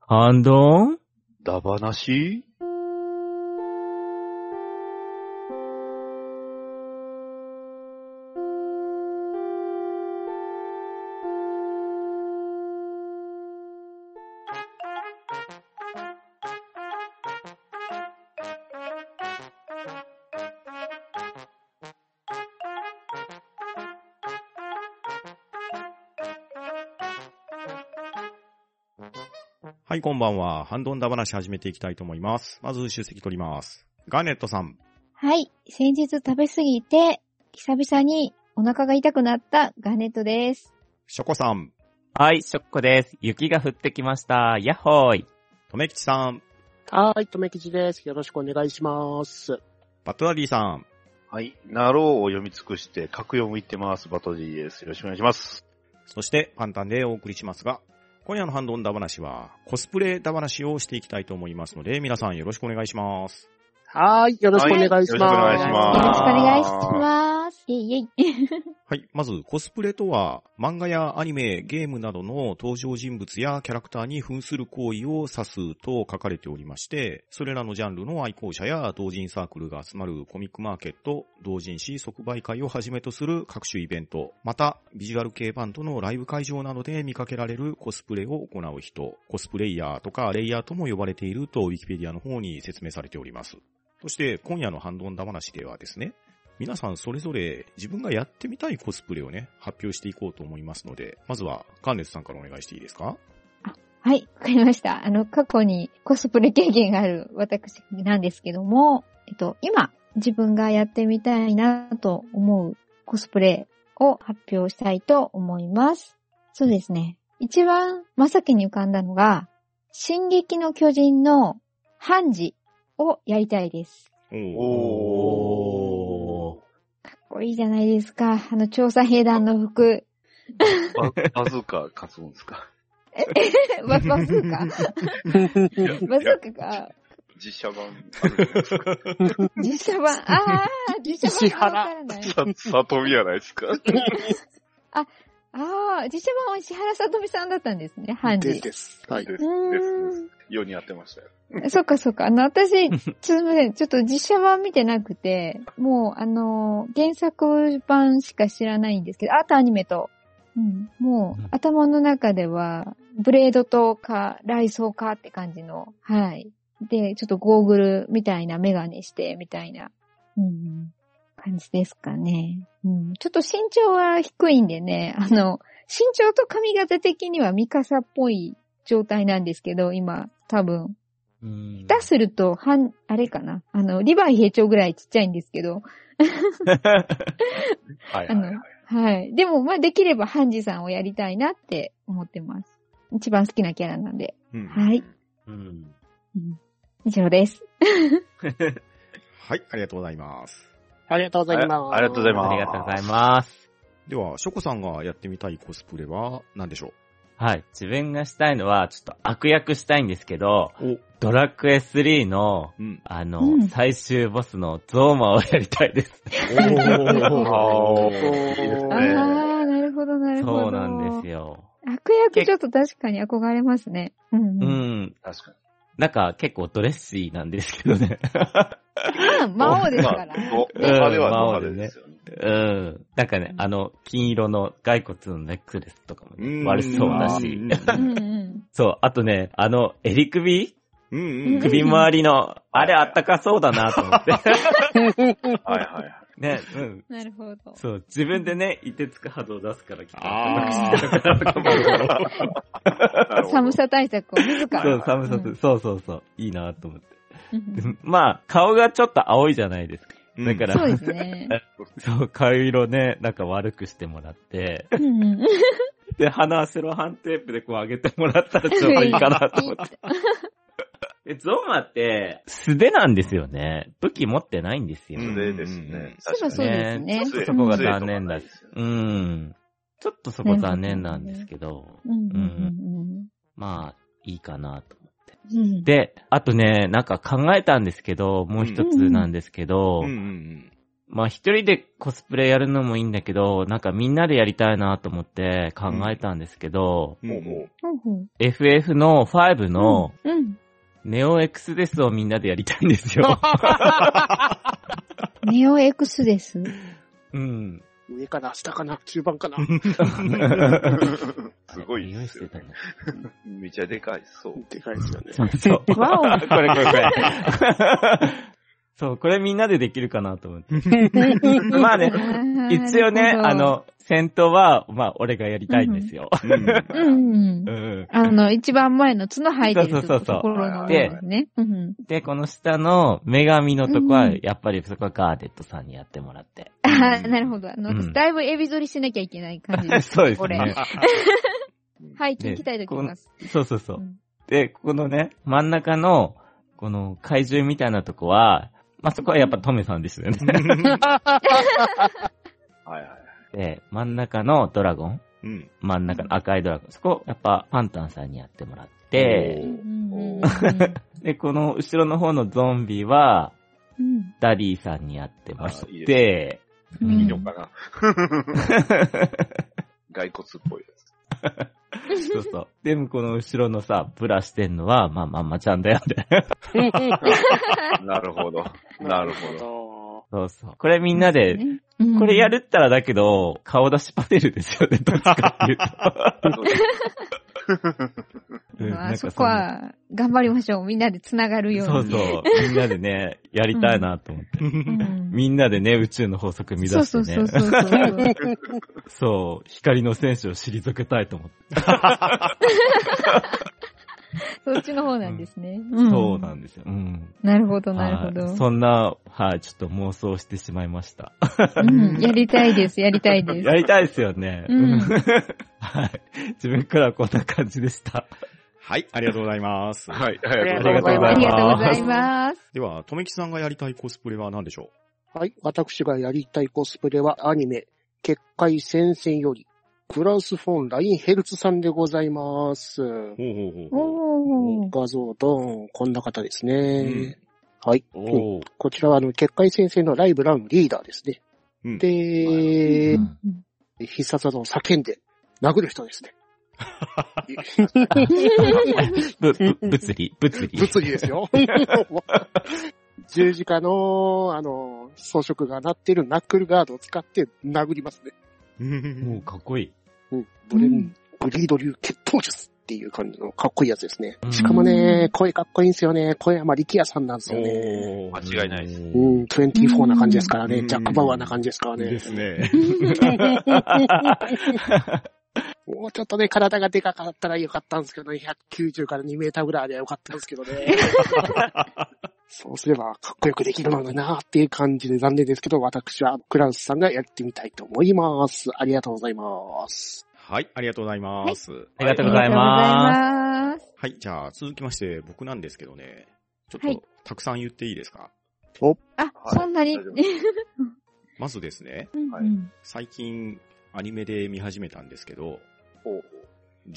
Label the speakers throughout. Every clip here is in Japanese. Speaker 1: ハンドン
Speaker 2: だばなし
Speaker 3: はい、こんばんは。ハンドンダ話始めていきたいと思います。まず、出席取ります。ガーネットさん。
Speaker 4: はい。先日食べ過ぎて、久々にお腹が痛くなったガネットです。
Speaker 3: ショコさん。
Speaker 1: はい、ショッコです。雪が降ってきました。やっほーい。
Speaker 3: とめきちさん。
Speaker 5: はーい、とめきちです。よろしくお願いします。
Speaker 3: バットダディさん。
Speaker 2: はい。なろうを読み尽くして、格読むいってます。バトジーです。よろしくお願いします。
Speaker 3: そして、パンタンでお送りしますが、今夜のハンドンダ話は、コスプレダ話をしていきたいと思いますので、皆さんよろしくお願いします。
Speaker 5: はーい、よろしくお願いします。
Speaker 2: はいよろしくお願
Speaker 4: よ
Speaker 2: あ
Speaker 4: ろ
Speaker 2: ー
Speaker 4: しくお願いします。イェイイェ イ。
Speaker 3: はい、まず、コスプレとは、漫画やアニメ、ゲームなどの登場人物やキャラクターに扮する行為を指すと書かれておりまして、それらのジャンルの愛好者や同人サークルが集まるコミックマーケット、同人誌即売会をはじめとする各種イベント、また、ビジュアル系バンドのライブ会場などで見かけられるコスプレを行う人、コスプレイヤーとかレイヤーとも呼ばれているとウィキペディアの方に説明されております。そして、今夜のハンドンダ話ではですね、皆さんそれぞれ自分がやってみたいコスプレをね、発表していこうと思いますので、まずは、カーネスさんからお願いしていいですか
Speaker 4: はい、わかりました。あの、過去にコスプレ経験がある私なんですけども、えっと、今、自分がやってみたいなと思うコスプレを発表したいと思います。そうですね。一番真っ先に浮かんだのが、進撃の巨人のハンジをやりたいです。
Speaker 2: おー。
Speaker 4: かっこいいじゃないですか。あの、調査兵団の服。
Speaker 2: ババズーカ勝つんですか
Speaker 4: ババズーカ
Speaker 2: いやい
Speaker 4: バズ
Speaker 2: や
Speaker 4: ーカが
Speaker 2: 実写版あるじゃないですか。
Speaker 4: 実写版、あー、実写版がわからない。
Speaker 2: さ、さとみやないですか。
Speaker 4: ああ、実写版は石原さとみさんだったんですね、ハン
Speaker 5: で
Speaker 4: ジ。
Speaker 5: です。はい。
Speaker 2: です、です。
Speaker 4: う
Speaker 2: 世にやってましたよ。
Speaker 4: ー ん。そっかそっか。あの、私、すみません。ちょっと実写版見てなくて、もう、あのー原作版しか知らないんですけど、あとアニメと。うん。もう
Speaker 1: うん、
Speaker 4: 頭の中では、ブレードとか、雷装かって感じの、はい。で、ちょっとゴーグルみたいな、メガネして、みたいな、うんうん、感じですかね。うん。ちょっと身長は低いんでね、あの、身長と髪型的にはミカサっぽい状態なんですけど、今、多分。
Speaker 1: うん
Speaker 4: 出すると、はん、あれかな。あの、リヴァイ兵長ぐらいちっちゃいんですけど、
Speaker 2: はい
Speaker 4: あの、はい。でも、まあ、できればハンジさんをやりたいなって思ってます。一番好きなキャラなんで。
Speaker 3: うん
Speaker 4: はい。
Speaker 1: うん。
Speaker 4: うん以上です。
Speaker 3: はい、ありがとうございます。
Speaker 5: ありがとうございます。
Speaker 2: ありがとうございます
Speaker 1: ありがとうございます。
Speaker 3: では、ショコさんがやってみたいコスプレは何でしょ
Speaker 1: はい、自分がしたいのは、ちょっと悪役したいんですけど、
Speaker 3: うお、
Speaker 1: ドラクエ3の、
Speaker 3: うん。
Speaker 1: あの、
Speaker 4: うん
Speaker 1: 最終ボスのゾーマをやりたいです。
Speaker 2: おーいいです
Speaker 4: あ
Speaker 2: ね
Speaker 4: ー、なるほど、なるほど。
Speaker 1: そうなんですよ。
Speaker 4: 悪役ちょっと確かに憧れますね。うん
Speaker 1: う
Speaker 4: うん。
Speaker 1: ん。
Speaker 2: 確か
Speaker 1: なんか結構ドレッシーなんですけどね。
Speaker 4: まあ 魔王
Speaker 2: に。
Speaker 4: ですから。
Speaker 2: ドド派では
Speaker 1: うん
Speaker 2: ド派でですよね。
Speaker 1: うん。なんかね、あの、金色の骸骨のネックレスとかもね、割れそうだし。
Speaker 4: うんうん。
Speaker 1: そう、あとね、あの、襟首
Speaker 3: うんうん。
Speaker 1: 首周りの、あれあったかそうだなと思って。
Speaker 2: はいはい。
Speaker 1: ね、うん。
Speaker 4: なるほど。
Speaker 1: そう、自分でね、凍てつく波動を出すからきっと
Speaker 3: あ
Speaker 2: なるほど
Speaker 4: 寒さ対策を自
Speaker 1: そ
Speaker 4: ら。
Speaker 1: う、寒さ
Speaker 4: う
Speaker 1: と、
Speaker 4: ん
Speaker 1: そうそうそう、いいなと思って。
Speaker 4: うん
Speaker 1: でまあ、顔がちょっと青いじゃないですか。
Speaker 3: うん
Speaker 1: だから、
Speaker 4: そうですね。
Speaker 1: そう、髪色ね、なんか悪くしてもら って、
Speaker 4: うんうん
Speaker 1: で、鼻セロハンテープでこう上げてもらったらちょうどいいかなと 思って。でゾーマって、素手なんですよね。武器持ってないんですよ。
Speaker 3: う
Speaker 2: そ
Speaker 3: ん
Speaker 2: れですね。
Speaker 4: そうだそうですね。
Speaker 1: ちょっとそ
Speaker 2: こ
Speaker 1: こが残念だし。うん。ちょっとそこ残念なんですけど、
Speaker 4: うんうん
Speaker 1: まあ、いいかなと思って。
Speaker 4: うんうん。
Speaker 1: で、あとね、なんか考えたんですけど、もう一つなんですけど、
Speaker 3: うんうん
Speaker 1: まあ一人でコスプレやるのもいいんだけど、なんかみんなでやりたいなと思って考えたんですけど、
Speaker 3: うんうん
Speaker 2: も
Speaker 4: うんうん。
Speaker 1: FF の5の
Speaker 4: うん。
Speaker 1: ネオエクスデスをみんなでやりたいんですよ。
Speaker 4: ネオエクスです。
Speaker 1: うん。
Speaker 5: 上から下かな中盤かな
Speaker 2: う、すごい
Speaker 1: 匂
Speaker 2: で
Speaker 1: い
Speaker 2: す
Speaker 1: し
Speaker 2: よ
Speaker 1: てた
Speaker 2: ね。
Speaker 1: ね。
Speaker 2: めちゃでかい、そう。
Speaker 5: でかいですよね。
Speaker 1: そうそう。
Speaker 4: わお。
Speaker 1: あ これこれこれ。そう、これみんなでできるかなと思って。まあね、一応ね、あ、の、戦闘は、まあ、俺がやりたいんですよ。
Speaker 4: うんうん
Speaker 1: う。ん。
Speaker 4: あの、一番前の角生えて
Speaker 1: そうそ
Speaker 4: る
Speaker 1: うそ
Speaker 4: と
Speaker 1: うそう
Speaker 4: ころの上ですね。うんうん
Speaker 1: で、この下の女神のとこ
Speaker 4: う
Speaker 1: は、
Speaker 4: ん
Speaker 1: やっぱりそこはガーデットさんにやってもらって。
Speaker 4: あーなるほど。あの、
Speaker 1: うん
Speaker 4: だいぶエビ反りしなきゃいけない感じで す。
Speaker 1: そうです
Speaker 4: これ
Speaker 1: ね。
Speaker 4: はい、聞きたいときます。
Speaker 1: そうそうそうう。
Speaker 4: ん
Speaker 1: で、ここのね、真ん中の、この怪獣みたいなとこは、まあ、そこはやっぱトメさんですよね。
Speaker 2: はいは い。
Speaker 1: で、真ん中のドラゴン、
Speaker 3: うん。
Speaker 1: 真ん中の赤いドラゴン、そこ、やっぱパンタンさんにやってもらっ
Speaker 4: う
Speaker 1: て、
Speaker 4: んうんうん
Speaker 1: で、この後ろの方のゾンビは、
Speaker 4: うん
Speaker 1: ダディさんにやってまし
Speaker 2: あいい
Speaker 1: て、
Speaker 4: うん
Speaker 2: いいのかな。骸骨っぽいやつ。
Speaker 1: そうそう。でもこの後ろのさ、ブラしてんのは、まあまんまちゃんだよね。
Speaker 2: なるほど。なるほど。
Speaker 5: ど。
Speaker 1: そうそう。これみんなで、
Speaker 4: ねうん
Speaker 1: これやるったらだけど、顔出しパネルです よね、どっちかっていうと。うん
Speaker 4: あ
Speaker 1: なんか
Speaker 4: そこは、頑張りましょう。みんなで繋がるよ
Speaker 1: そうう
Speaker 4: に。
Speaker 1: そう。みんなでね、やりたいなと思って。
Speaker 4: うん
Speaker 1: みんなでね、宇宙の法則目指
Speaker 4: そう
Speaker 1: し
Speaker 4: そう
Speaker 1: て
Speaker 4: そうそ
Speaker 1: ね。
Speaker 4: うそう。
Speaker 1: そう、光の戦士を退けたいと思って。
Speaker 4: そっちの方なんですね。
Speaker 1: そうなんんですよ。うん。
Speaker 4: なるほど、なるほ
Speaker 1: はい
Speaker 4: ど。
Speaker 1: そんな、はい、ちょっと妄想してしまいました。
Speaker 4: うんやりたいです、やりたいで
Speaker 1: やりたいですよね。
Speaker 4: うん
Speaker 1: はい。自分からはこんな感じでした。
Speaker 3: はい、ありがとうございます。
Speaker 2: はい、
Speaker 5: あ
Speaker 2: あ
Speaker 1: りがとうござ
Speaker 4: す。あ
Speaker 1: い
Speaker 4: りがとう
Speaker 1: ま
Speaker 4: ございます。
Speaker 3: では、とめきさんがやりたいコスプレは何でしょ
Speaker 5: はい。私がやりたいコスプレはアニメ、結界戦線より、クラウス・フォン・ラインヘルツさんでございます。
Speaker 3: うほうほうほう
Speaker 4: おー。
Speaker 5: 画像ドーン、こんな方ですね。
Speaker 3: うん
Speaker 5: はい。
Speaker 3: おお。
Speaker 5: こちらは、あの、結界先生のライブランリーダーですね。
Speaker 3: うん
Speaker 5: で、
Speaker 1: うん
Speaker 5: 必殺技を叫んで、殴る人です ね。
Speaker 1: ぶ、ぶ、物理、物理。
Speaker 5: 物理ですよ。十字架の、あの、装飾が鳴ってるナックルガードを使って殴りますね。
Speaker 1: もうかっこいい。
Speaker 5: うん。ブレン、
Speaker 4: うん
Speaker 5: ブリード流決闘術っていう感じのかっこいいやつですね。
Speaker 1: うん
Speaker 5: しかもね、声かっこいいんですよね。声はまあ力也さんなんですよね。
Speaker 3: おー
Speaker 2: 間違いないです。
Speaker 5: うん、24な感じですからね。
Speaker 3: うん
Speaker 5: ジャック・バウアーな感じですから
Speaker 3: で
Speaker 5: ね。
Speaker 3: すね。
Speaker 5: もうちょっとね、体がでかかったらよかったんですけどね、190から2メーターぐらいあればよかったんですけどね。そうすればかっこよくできるのになっていう感じで残念ですけど、私はクラウスさんがやってみたいと思います。ありがとうございます。
Speaker 3: はい、ありがとうございます。
Speaker 1: ありが
Speaker 4: あ
Speaker 1: とう
Speaker 4: り
Speaker 1: ございま
Speaker 4: がとうございます。
Speaker 3: はい、じゃあ続きまして僕なんですけどね、ちょっと、
Speaker 4: はい
Speaker 3: たくさん言っていいですか
Speaker 4: あ、
Speaker 2: はい
Speaker 4: そんなに
Speaker 2: 大丈夫で。
Speaker 3: まずですね、
Speaker 4: うん
Speaker 2: はい
Speaker 4: うん
Speaker 3: 最近アニメで見始めたんですけど、呪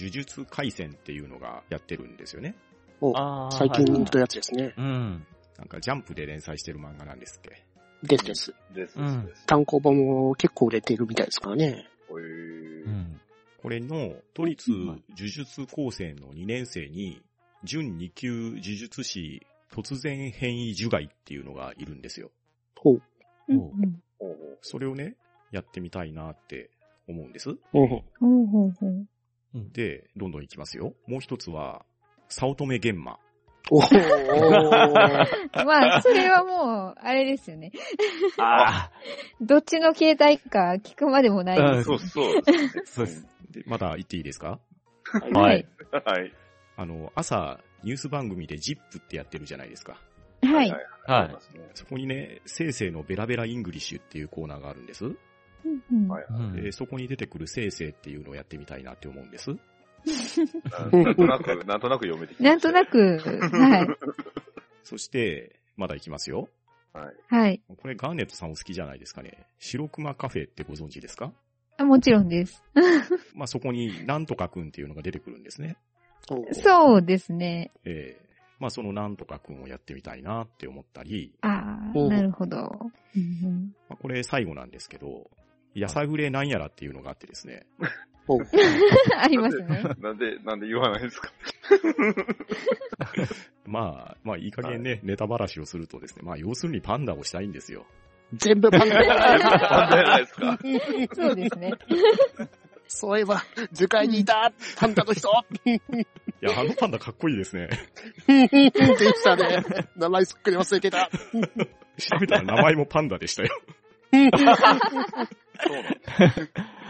Speaker 3: 術回戦っていうのがやってるんですよね。
Speaker 1: す。あー
Speaker 5: 最近
Speaker 1: はい
Speaker 5: 人気のやつですね。
Speaker 1: うん。
Speaker 3: なんかジャンプで連載してる漫画なんですっけ。
Speaker 5: ですです。
Speaker 2: です
Speaker 1: う
Speaker 2: です
Speaker 1: ん
Speaker 2: です。
Speaker 5: 単行本も結構売れてるみたいですからね。
Speaker 2: こう
Speaker 1: う。
Speaker 2: いうん
Speaker 3: これの都立
Speaker 1: うんは
Speaker 3: 呪
Speaker 1: い
Speaker 3: 術高専の2年生に、準2級呪術師突然変異除外っていうのがいるんですよ。
Speaker 5: ほう。
Speaker 4: うん
Speaker 1: おう
Speaker 4: うん
Speaker 2: ほう
Speaker 3: それをね、やってみたいなって思うんです。
Speaker 5: うん。
Speaker 4: ほうほうほう。
Speaker 3: で、どんどん行きますよ。もう一つは、早乙女玄馬。
Speaker 5: おー。
Speaker 4: まあ、それはもう、あれですよね。
Speaker 1: あ
Speaker 4: どっちの携帯か聞くまでもない
Speaker 2: ほう
Speaker 4: です。
Speaker 2: そうそうですね。
Speaker 1: そうです。
Speaker 3: で、まだ言っていいですか
Speaker 1: あはい。
Speaker 2: はい。
Speaker 3: あの、朝、ニュース番組でジップってやってるじゃないですか。
Speaker 4: はい。
Speaker 2: はい
Speaker 1: は
Speaker 2: そう
Speaker 1: い
Speaker 2: で。すね
Speaker 3: そこにね、せいせいのベラベライングリッシュっていうコーナーがあるんです。
Speaker 4: うんうん
Speaker 2: はい
Speaker 1: うん
Speaker 3: で、そこに出てくるせいせいっていうのをやってみたいなって思うんです。
Speaker 2: なんとなく、なんとなく読めてきました
Speaker 4: なんとな。く、はい。
Speaker 3: そして、まだ行きますよ。
Speaker 4: はい
Speaker 3: これガーネットさんお好きじゃないですかね。白熊カフェってご存知ですか
Speaker 4: あ。もちろんです。
Speaker 3: まあ、そこになんとかくんっていうのが出てくるんですね。
Speaker 5: おー
Speaker 4: そうですね。
Speaker 3: ええまあそのなんとかくんをやってみたいなって思ったり、
Speaker 4: ああ、
Speaker 5: おう
Speaker 4: なるほど。うん
Speaker 3: まあ、これ最後なんですけど、やさぐれなんやらっていうのがあってですね。
Speaker 5: おう
Speaker 4: うんありますね。
Speaker 2: なんで、なんで言わないんですか
Speaker 3: まあ、まあいい加減ね、ネタばらしをするとですね、まあ要するにパンダをしたいんです よ。
Speaker 5: 全部パンダ。
Speaker 2: なん でないです か
Speaker 4: そうですね。
Speaker 5: そういえば、図解にいたパンダの人
Speaker 3: いや、あのパンダかっこいいですね。
Speaker 5: でしたね。名前すっくり忘れてた。
Speaker 3: 調べたら名前もパンダでしたよ。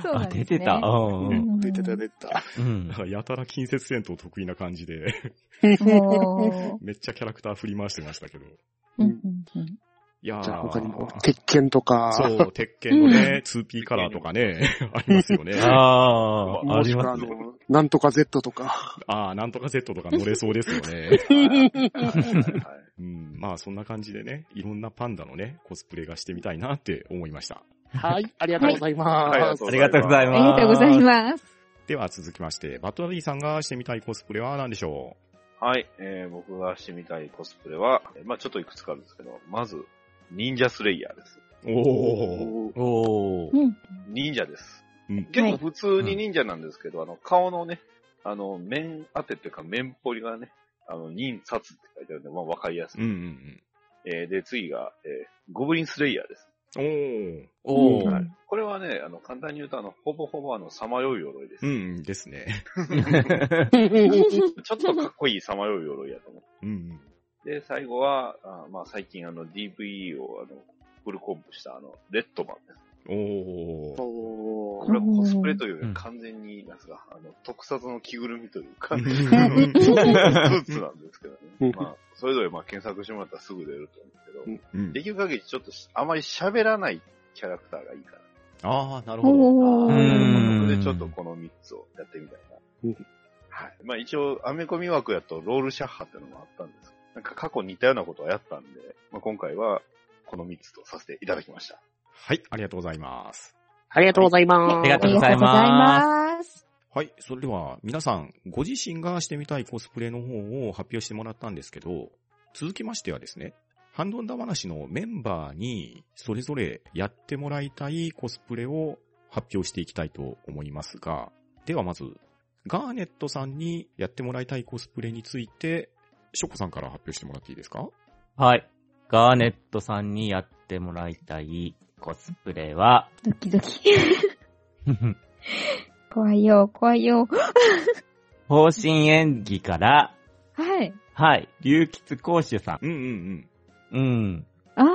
Speaker 2: そうなん
Speaker 4: そうな
Speaker 1: あ、
Speaker 4: んで
Speaker 1: 出
Speaker 4: す
Speaker 1: て
Speaker 4: ね。
Speaker 1: た。う
Speaker 4: うん
Speaker 1: うん
Speaker 4: ん。
Speaker 5: 出てた出てた。
Speaker 1: うん
Speaker 3: なん。かやたら近接戦闘得意な感じで、
Speaker 4: おー
Speaker 3: めっちゃキャラクター振り回してましたけど。
Speaker 4: うんうんうん
Speaker 3: いやー
Speaker 5: じゃあ他にも、鉄拳とか、
Speaker 3: そう、鉄拳のね、2P カラーとかね、 ありますよ ね。
Speaker 1: ああ、あ
Speaker 5: もし
Speaker 1: り
Speaker 5: くは
Speaker 1: ま
Speaker 5: あ
Speaker 1: すね。
Speaker 5: の、なんとか Z とか。
Speaker 3: ああ、なんとか Z とか乗れそうですよ
Speaker 2: だ。は
Speaker 3: ね。
Speaker 2: い
Speaker 3: うん、まあそんな感じでね、いろんなパンダのね、コスプレがしてみたいなって思いました。
Speaker 5: はい、ありがとうござい
Speaker 2: はいありが
Speaker 5: ま
Speaker 2: と
Speaker 5: す
Speaker 2: う。
Speaker 1: ありがとうござい
Speaker 4: あ
Speaker 1: ま
Speaker 4: り
Speaker 1: す。
Speaker 4: がとうございます。
Speaker 3: では続きまして、バトラリーさんがしてみたいコスプレは何でしょ
Speaker 2: はい、えー僕がしてみたいコスプレは、えーまあちょっといくつかあるんですけど、まず、忍者スレイヤーです。
Speaker 3: うおお。
Speaker 5: おー
Speaker 1: おー。
Speaker 4: うん。
Speaker 2: 忍者です。
Speaker 3: うん
Speaker 2: 結構普通に忍者なんですけど、あの、顔のね、あの、面当てっていうか、面彫りがね、あの、忍殺って書いてあるんで、まあわかりやす
Speaker 3: うん
Speaker 2: い。えーで、次が、えーゴブリンスレイヤーです。
Speaker 3: うんうん。
Speaker 1: お
Speaker 4: うん
Speaker 1: ー。
Speaker 4: はい
Speaker 2: これはね、あの、簡単に言うと、あの、ほぼほぼあの、さまよい鎧です。
Speaker 3: おお。うん、ですね。
Speaker 2: ちょっとかっこいいさまよい鎧やと思う。
Speaker 3: うん。
Speaker 2: で、最後は、あまあ最近あの、DVE をあの、フルコンプしたあの、レッドマンです。
Speaker 3: お お。
Speaker 5: お
Speaker 2: こ
Speaker 5: ー
Speaker 2: れはコスプレというより
Speaker 1: うん
Speaker 2: は完全に、なんすか、あの、特撮の着ぐるみというか、
Speaker 3: う
Speaker 2: ス
Speaker 3: ん
Speaker 2: ーツなんですけど
Speaker 5: う
Speaker 2: ね
Speaker 5: ん。
Speaker 2: まあ、それぞれまあ検索してもらったらすぐ出ると思うんですけ
Speaker 3: うん
Speaker 2: ど、できる限りちょっとしあまり喋らないキャラクターがいいかな。
Speaker 3: ああ、なるほど。
Speaker 4: お
Speaker 1: うん
Speaker 4: ー。
Speaker 2: なので、ちょっとこの3つをやってみたいな。
Speaker 5: うん
Speaker 2: はい。まあ一応、アメコミ枠やとロールシャッハってのもあったんですけどなんか過去似たようなことはやったんで、まあ、今回はこの3つとさせていただきました。
Speaker 3: はい、ありがとうございます。
Speaker 5: ありがとうございます。
Speaker 1: ありがとうございます
Speaker 4: ます。
Speaker 3: はい、それでは皆さん、ご自身がしてみたいコスプレの方を発表してもらったんですけど、続きましてはですね、ハンドンダ話のメンバーに、それぞれやってもらいたいコスプレを発表していきたいと思いますが、ではまず、ガーネットさんにやってもらいたいコスプレについて、ショコさんから発表してもらっていいですか
Speaker 1: はい。ガーネットさんにやってもらいたいコスプレ は、
Speaker 4: ドキドキ。 怖いよ、怖いよ。
Speaker 1: 方針演技から、
Speaker 4: はい。
Speaker 1: はい、流吉講師さん。
Speaker 3: うんうん
Speaker 1: うん。
Speaker 4: あーあ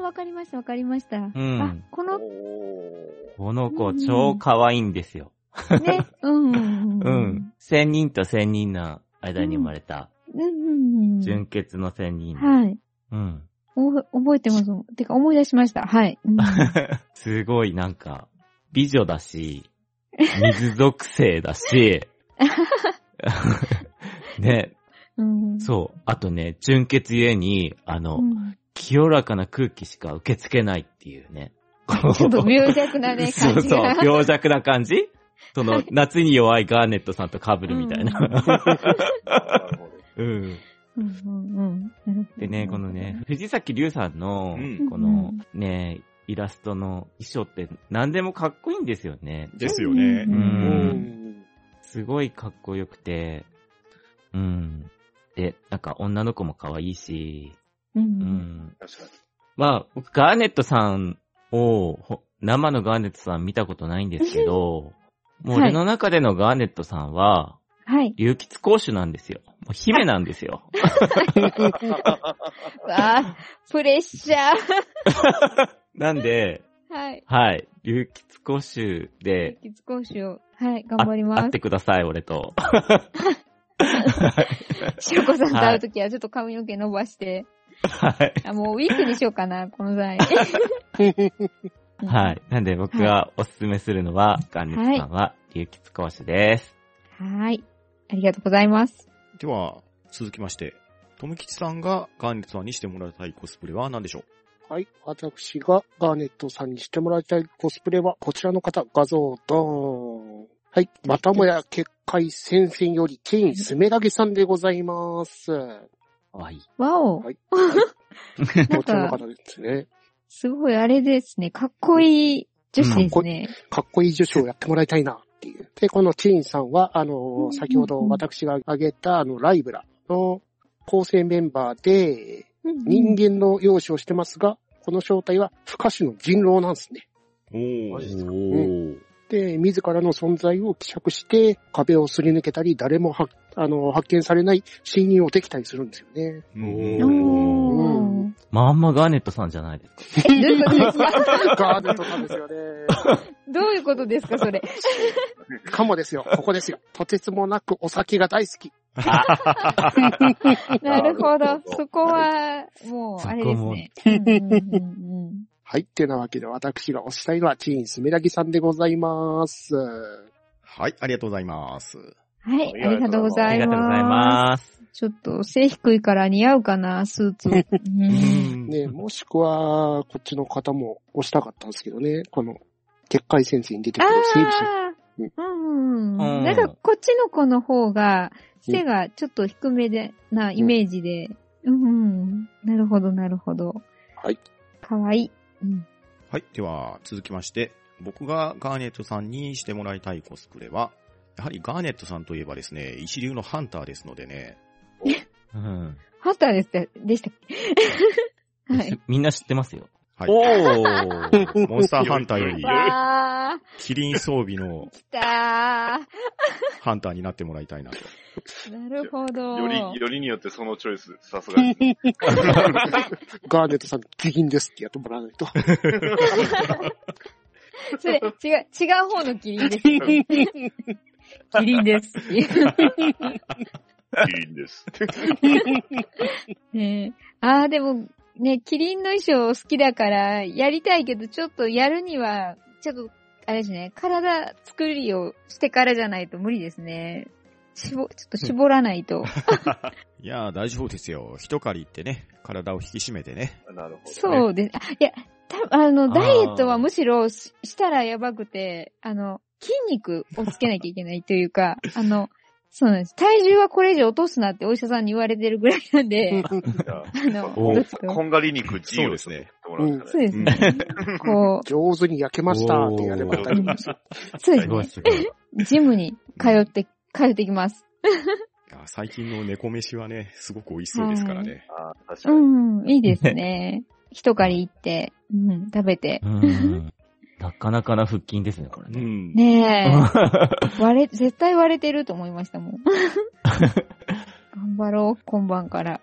Speaker 4: ー、わかりました、わかりました。
Speaker 1: ん
Speaker 4: あ、この
Speaker 2: お
Speaker 1: この子超可愛いんですよ。
Speaker 4: ね、うん。うん
Speaker 1: う。ん。千人と千人の間に生まれた、
Speaker 4: うんうんうん。
Speaker 1: 純血の千人。
Speaker 4: はい。
Speaker 1: うん。
Speaker 4: おぼ覚えてます。てか思い出しました。はい。うん
Speaker 1: すごいなんか、美女だし、水属性だ し、ね、
Speaker 4: う ん。
Speaker 1: そう。あとね、純血ゆえに、あの、
Speaker 4: うん
Speaker 1: 清らかな空気しか受け付けないっていうね。
Speaker 4: ちょっと病弱なね、
Speaker 1: そ
Speaker 4: 感
Speaker 1: う
Speaker 4: じ
Speaker 1: そう
Speaker 4: が。、
Speaker 1: 病弱な感じその、夏に弱いガーネットさんと被るみたいな。
Speaker 2: ーなるほど。
Speaker 1: うん。
Speaker 4: うんうんうん
Speaker 1: でね、このね、、藤崎龍さん
Speaker 3: う
Speaker 1: の
Speaker 3: ん。う、ん。
Speaker 4: ん
Speaker 1: このね、イラストの衣装って何でもかっこいいんですよね。。
Speaker 3: ですよね
Speaker 4: う。
Speaker 5: うんん。
Speaker 1: すごいかっこよくて、うん。で、なんか女の子も可愛いし、
Speaker 4: う。
Speaker 1: うんん。
Speaker 2: 確かに。
Speaker 1: まあ、僕、ガーネットさんを、ほ生のガーネットさん見たことないんですけど、もう
Speaker 4: はい
Speaker 1: 俺の中でのガーネットさんは、
Speaker 4: はい。
Speaker 1: 流吉公主なんですよ。もう姫なんですよ。
Speaker 4: わあ、プレッシャー。
Speaker 1: なんで、
Speaker 4: はい。
Speaker 1: はい、流吉公主で、
Speaker 4: 月講習を。はい、頑
Speaker 1: あ
Speaker 4: 張り
Speaker 1: 会
Speaker 4: ま
Speaker 1: ってください、俺と。
Speaker 4: す。しょこさんと会うときはちょっと髪の毛伸ばして。
Speaker 1: はい。
Speaker 4: あ、もうウィッグにしようかな、この際。
Speaker 1: はい。なんで僕がおすすめするのは、ガーネットさんは、流吉公主です。
Speaker 4: はい。ありがとうございます。
Speaker 3: では、続きまして、とめきちさんがガーネットさんにしてもらいたいコスプレは何でしょう
Speaker 5: はい。私がガーネットさんにしてもらいたいコスプレはこちらの方、画像ドーン。はい。またもや結界戦線より、ケインスメラゲさんでございます。
Speaker 1: はい。
Speaker 4: わお
Speaker 5: は。い。
Speaker 4: な
Speaker 5: こ
Speaker 4: ん
Speaker 5: ちらの
Speaker 4: か、
Speaker 5: 方ですね。
Speaker 4: すごいあれですね。かっこいい女子ですね。
Speaker 5: かっこいい女子をやってもらいたいなっていう。で、このチーンさんは、あ
Speaker 4: んうん
Speaker 5: の、先ほど私が挙げた、あの、ライブラの構成メンバーで、人
Speaker 4: 間。
Speaker 5: 間の容姿をしてますが、この正体は不可視の人狼なんですね。
Speaker 3: おー
Speaker 2: マジです
Speaker 3: お
Speaker 5: で、自らの存在を希釈して、壁をすり抜けたり、誰もはあの発見されない侵入をできたりするんですよ ね。
Speaker 3: ー
Speaker 4: おー。
Speaker 1: まんまガーネットさんじゃないですか。
Speaker 4: え、どういうことですか
Speaker 5: ガーネットなんですよね。
Speaker 4: どういうことですか、 それ。
Speaker 5: かもですよ。ここですよ。とてつもなくお酒が大好き。
Speaker 4: なるほ
Speaker 2: なるほ。
Speaker 4: ど
Speaker 2: ど
Speaker 4: そこは、もう、あれですね。うんうんうんうん
Speaker 5: はい。ってなわけで、私が推したいのは、チーンスメラギさんでございます。
Speaker 3: はい、ありがとうございます。
Speaker 4: はい、あ
Speaker 2: あ
Speaker 4: り
Speaker 2: り
Speaker 4: が
Speaker 2: が
Speaker 4: と
Speaker 2: と
Speaker 4: う
Speaker 2: う
Speaker 4: ご
Speaker 2: ご
Speaker 4: ざ
Speaker 1: あ
Speaker 4: い
Speaker 1: りが
Speaker 4: ます。
Speaker 1: とうございます。
Speaker 4: す。ちょっと、背低いから似合うかな、スー ツ。うん
Speaker 5: ね、もしくは、こっちの方も推したかったんですけどね。この、結界戦線に出て
Speaker 4: あ
Speaker 5: くる整備士。
Speaker 4: ーうん。
Speaker 1: うん
Speaker 4: なんか、こっちの子の方が、背がちょっと低めで、な、イメージで。うん。なるほど、なるほど。
Speaker 5: はい。
Speaker 4: かわいい。うん。
Speaker 3: はい。では、続きまして、僕がガーネットさんにしてもらいたいコスプレは、やはりガーネットさんといえばですね、一流のハンターですのでね、
Speaker 1: うん。
Speaker 4: ハンターでした、でしたっ けはい。
Speaker 1: みんな知ってますよ。
Speaker 3: はい。
Speaker 1: おー
Speaker 3: モンスターハンターより、
Speaker 4: わー、
Speaker 3: キリン装備の
Speaker 4: 来た
Speaker 3: ハンターになってもらいたいなと。
Speaker 4: ー。なるほど。
Speaker 2: より、よりによってそのチョイス、さすがに。
Speaker 5: ガーネットさん、下品ですってやってもらわないと。
Speaker 4: それ、違う、違う方のキリンです。キリンです。
Speaker 2: いいんです。
Speaker 4: ねえああ、でも、ね、キリンの衣装好きだから、やりたいけど、ちょっとやるには、ちょっと、あれですね、体作りをしてからじゃないと無理ですね。絞、ちょっと絞らないと。
Speaker 3: いやー、大丈夫ですよ。一狩りってね、体を引き締めてね。
Speaker 2: なるほど、ね。
Speaker 4: そうです。あいや、たあの、
Speaker 1: ー
Speaker 4: ダイエットはむしろししたらやばくて、あの、筋肉をつけなきゃいけないという か、あの、そうなんです。体重はこれ以上落とすなってお医者さんに言われてるぐらいなんで、
Speaker 2: じゃあ
Speaker 4: あの、
Speaker 2: こん
Speaker 4: どっちか
Speaker 2: こんがり肉 G
Speaker 3: そう
Speaker 2: を
Speaker 3: で
Speaker 2: ち
Speaker 3: す
Speaker 2: ょっとやっ
Speaker 3: ね。
Speaker 2: てもらうしかない
Speaker 4: そうですね。こ
Speaker 5: 上手に焼けましたってや れば大丈夫ですよ。
Speaker 4: う、そうですす
Speaker 1: ごい
Speaker 4: ね。
Speaker 1: すごい。
Speaker 4: ジムに通って、通ってきます。
Speaker 3: いやー最近の猫飯はね、すごく美味しそうですからね。
Speaker 2: あー確か
Speaker 4: う
Speaker 2: に。
Speaker 4: ん、いいです ね。一狩り行って、うん、食べて。
Speaker 1: うん。なかなかな腹筋ですね、これ
Speaker 3: う
Speaker 1: ね。
Speaker 3: ん。
Speaker 4: ねえ、割れ、絶対割れてると思いましたもん。 頑張ろう、今晩から。